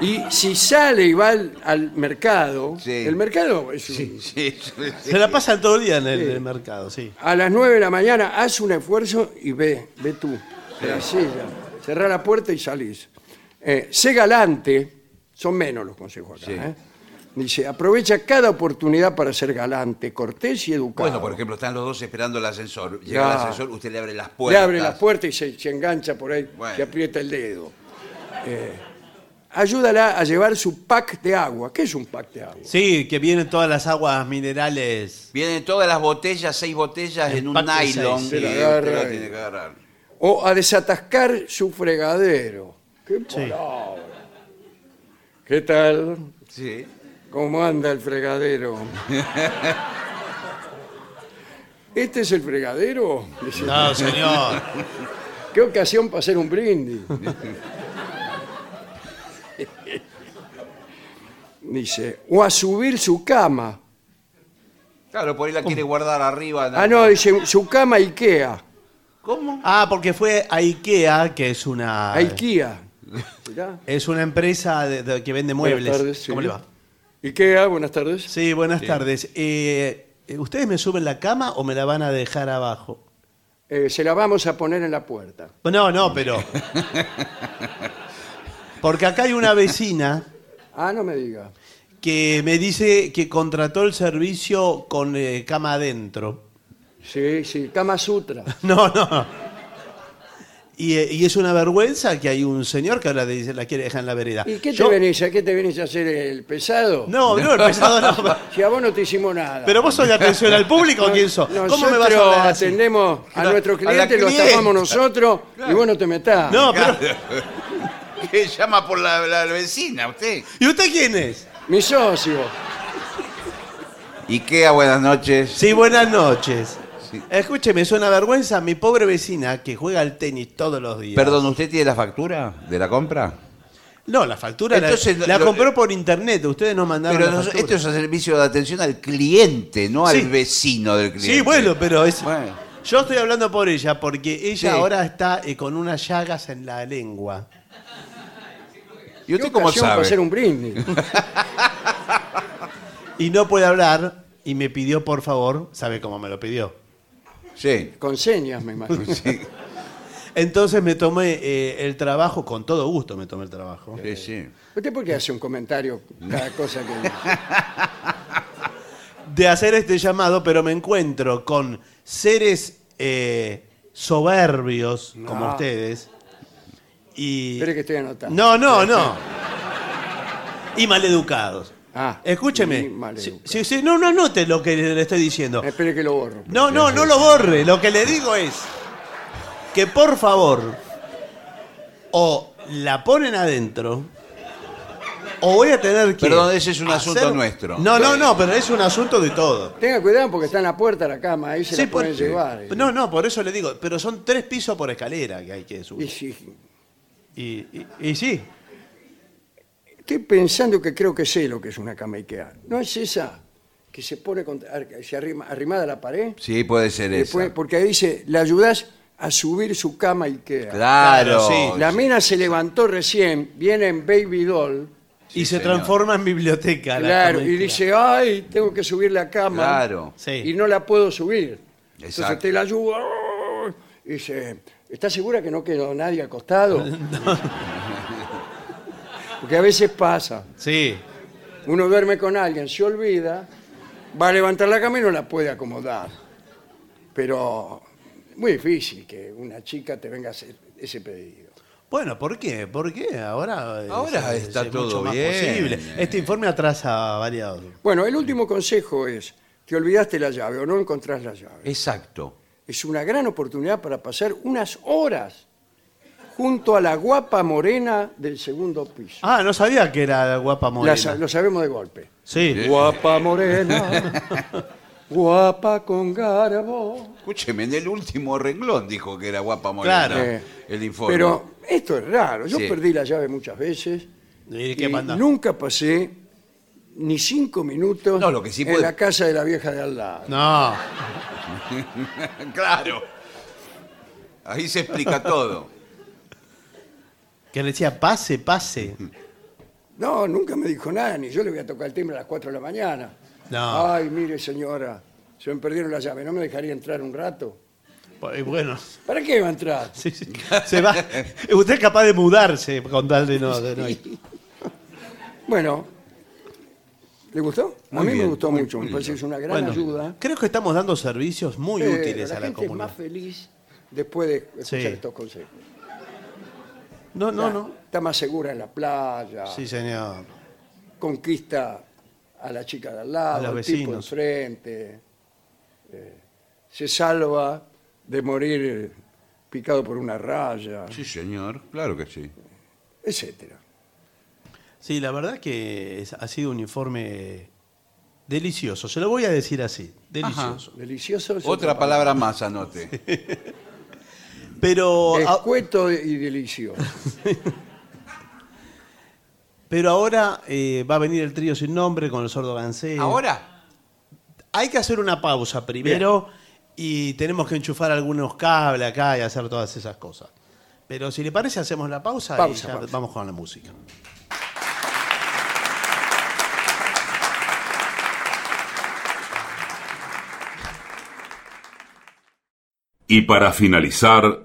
A: Y si sale y va al, al mercado,
C: Sí.
A: el mercado es un-
C: Sí, sí, sí.
E: Se la pasan todo el día en el, el mercado, sí.
A: a las 9 de la mañana, haz un esfuerzo y ve, ve tú. Tras ella. Cerrá la puerta y salís. Eh, sé galante, son menos los consejos acá.
C: Sí.
A: ¿eh? Dice, aprovecha cada oportunidad para ser galante, cortés y educado.
C: Bueno, por ejemplo, están los dos esperando el ascensor. Llega
A: Ya.
C: el ascensor, usted le abre las
A: Le
C: puertas.
A: abre la puerta y se, se engancha por ahí,
C: Bueno.
A: se aprieta el dedo. Eh, ayúdala a llevar su pack de agua. ¿Qué es un pack de agua?
E: Sí, que vienen todas las aguas minerales.
C: Vienen todas las botellas, seis botellas en un
E: pack de
C: nylon.
E: seis,
A: se
C: y
A: la
C: usted
A: agarra
C: la
A: y-
C: tiene que agarrar.
A: O a desatascar su fregadero. ¡Qué palabra! ¿Qué tal?
C: Sí.
A: ¿Cómo anda el
C: (laughs)
A: fregadero? ¿Este es el fregadero? Dice,
E: No, señor.
A: ¿Qué ocasión para hacer un
C: (laughs)
A: brindis? Dice, o a subir su cama.
C: Claro, por ahí la quiere guardar arriba.
A: Ah, no, dice, su cama IKEA.
C: (laughs) ¿Cómo?
E: Ah, porque fue a IKEA, que es una.
A: IKEA. Mirá.
E: Es una empresa de- de- que vende
A: Buenas
E: muebles.
A: tardes, sí.
E: ¿Cómo le va?
A: IKEA, buenas tardes.
E: Sí, buenas tardes. Eh, ¿Ustedes me suben la cama o me la van a dejar abajo?
A: Eh, se la vamos a poner en la puerta.
E: No, no,
A: (laughs)
E: pero. Porque acá hay una vecina
A: Ah, no me diga.
E: que me dice que contrató el servicio con eh, cama adentro.
A: Sí, sí, Kama Sutra.
E: No, no. Y, eh, y es una vergüenza que hay un señor que ahora dice, la quiere dejar en la vereda.
A: ¿Y qué te
E: Yo-
A: venís? ¿A qué te venís a hacer el pesado?
E: No, no, el pesado no.
A: Si a vos no te hicimos nada.
E: Pero vos sos de atención al público o quién sos. ¿Cómo me vas a
A: Nosotros
E: hablar así?
A: atendemos a
C: Claro,
A: nuestro
C: a la
A: cliente, lo
C: clienta.
A: tapamos nosotros y vos no te metás.
E: No, pero.
C: (laughs) Que llama por la, la vecina, usted.
E: ¿Y usted quién es?
A: Mi socio.
C: Ikea, buenas noches.
E: Sí, buenas noches. Escúcheme, es una vergüenza mi pobre vecina que juega al tenis todos los días.
C: Perdón, ¿usted tiene la factura de la compra?
E: No, la factura la-
C: Entonces,
E: la,
C: lo- lo-
E: compró por internet. Ustedes nos mandaron
C: Pero
E: la
C: nos-
E: factura.
C: esto es el servicio de atención al cliente, no
E: Sí.
C: al vecino del cliente.
E: Sí, bueno, pero es.
C: Bueno.
E: Yo estoy hablando por ella porque ella
C: Sí.
E: ahora está eh, con unas llagas en la lengua.
C: ¿Y usted
A: ¿Qué
C: cómo
A: ocasión Para hacer
C: sabe?
A: un brindis.
E: Y no puede hablar y me pidió, por favor, ¿sabe cómo me lo pidió?
C: Sí.
A: Con señas, me
E: (laughs)
A: imagino.
E: Entonces me tomé eh, el trabajo, con todo gusto me tomé el trabajo.
C: Sí, sí.
A: ¿Usted por qué hace un comentario cada cosa que
E: de hacer este llamado, pero me encuentro con seres eh, soberbios como ustedes. (laughs) Y.
A: Espere que estoy anotando.
E: No, no, no. Y maleducados.
A: Ah, y
E: Escúcheme.
A: maleducados.
E: Sí, sí, no, no anote lo que le estoy diciendo.
A: Espere que lo borro.
E: No, no, no lo borre. Lo que le digo es que por favor o la ponen adentro o voy a tener que.
C: Perdón, ese es un asunto nuestro.
E: No, no, no, pero es un asunto de todo.
A: Tenga cuidado porque está en la puerta de la cama, ahí se
E: Sí,
A: la pueden
E: por-
A: llevar. eh.
E: No, no, por eso le digo, pero son tres pisos por escalera que hay que
A: Y
E: subir.
A: sí,
E: Y, y- y sí,
A: estoy pensando que creo que sé lo que es una cama Ikea. ¿No es esa que se pone contra- ar- se arrima, arrimada a la pared?
C: Sí, puede ser
A: Después-
C: eso.
A: porque ahí dice, le ayudas a subir su cama IKEA.
C: Claro.
E: Claro, sí.
A: La mina se levantó recién, viene en Baby Doll,
E: y se
C: señor.
E: transforma en biblioteca. la
A: claro, y
E: comedia.
A: dice, ay, tengo que subir la cama.
C: Claro.
E: Sí.
A: Y no la puedo subir. Entonces
C: Exacto.
A: te la ayuda. ¡ay! Y dice, ¿estás segura que no quedó nadie acostado? (laughs) Porque a veces pasa.
E: Sí.
A: Uno duerme con alguien, se olvida, va a levantar la cama y no la puede acomodar. Pero muy difícil que una chica te venga a hacer ese pedido.
E: Bueno, ¿por qué? ¿Por qué? Ahora, es-
C: Ahora
E: es-
C: está
E: es
C: todo
E: mucho más
C: bien.
E: posible. Este informe atrasa varios.
A: Bueno, el último consejo es, te olvidaste la llave o no encontrás la llave.
C: Exacto.
A: Es una gran oportunidad para pasar unas horas junto a la guapa morena del segundo piso.
E: Ah, no sabía que era guapa
A: La
E: morena.
A: sa- lo sabemos de golpe.
E: Sí.
A: Guapa morena, guapa con garbo.
C: Escúcheme, en el último renglón dijo que era guapa morena
E: Claro.
A: Eh,
C: el informe.
A: Pero esto es raro. Yo
C: Sí.
A: perdí la llave muchas veces
E: ¿Y
A: y
E: qué manda?
A: nunca pasé ni cinco minutos
C: No, lo que sí
A: en
C: puede-
A: la casa de la vieja de al lado.
E: No.
C: (laughs) claro. Ahí se explica todo.
E: Que le decía, pase, pase.
A: No, nunca me dijo nada, ni yo le voy a tocar el timbre a las 4 de la mañana.
E: No.
A: Ay, mire señora, se me perdieron la llave, ¿no me dejaría entrar un rato?
E: Y Pues, bueno, (laughs)
A: ¿Para qué va a entrar?
E: sí, sí.
A: (laughs)
E: se va. Usted es capaz de mudarse con tal de no. de no ir.
A: Bueno, ¿le gustó? a
C: Muy
A: mí me
C: bien,
A: gustó
C: muy
A: mucho, me
C: lindo.
A: parece que es una gran
E: Bueno,
A: ayuda.
E: creo que estamos dando servicios muy
A: Eh,
E: útiles a la
A: gente es
E: comunidad.
A: más feliz después de escuchar
E: Sí.
A: estos consejos.
E: No, no,
A: Ya,
E: no.
A: Está más segura en la playa,
E: Sí, señor.
A: conquista a la chica de al
E: A
A: lado,
E: los
A: al tipo
E: vecinos.
A: enfrente, eh, se salva de morir picado por una raya,
C: Sí, señor, claro que sí.
A: etcétera.
E: Sí, la verdad que es- ha sido un informe delicioso. Se lo voy a decir así, delicioso.
A: Delicioso. es
C: Otra palabra más, anote.
E: Pero, a-
A: Escueto y delicioso.
E: pero ahora eh, va a venir el trío sin nombre con el sordo Gansé.
C: ¿Ahora?
E: Hay que hacer una pausa primero y tenemos que enchufar algunos cables acá y hacer todas esas cosas. Pero si le parece, hacemos la pausa,
A: Pausa,
E: y ya
A: pausa.
E: vamos con la música.
H: Y para finalizar,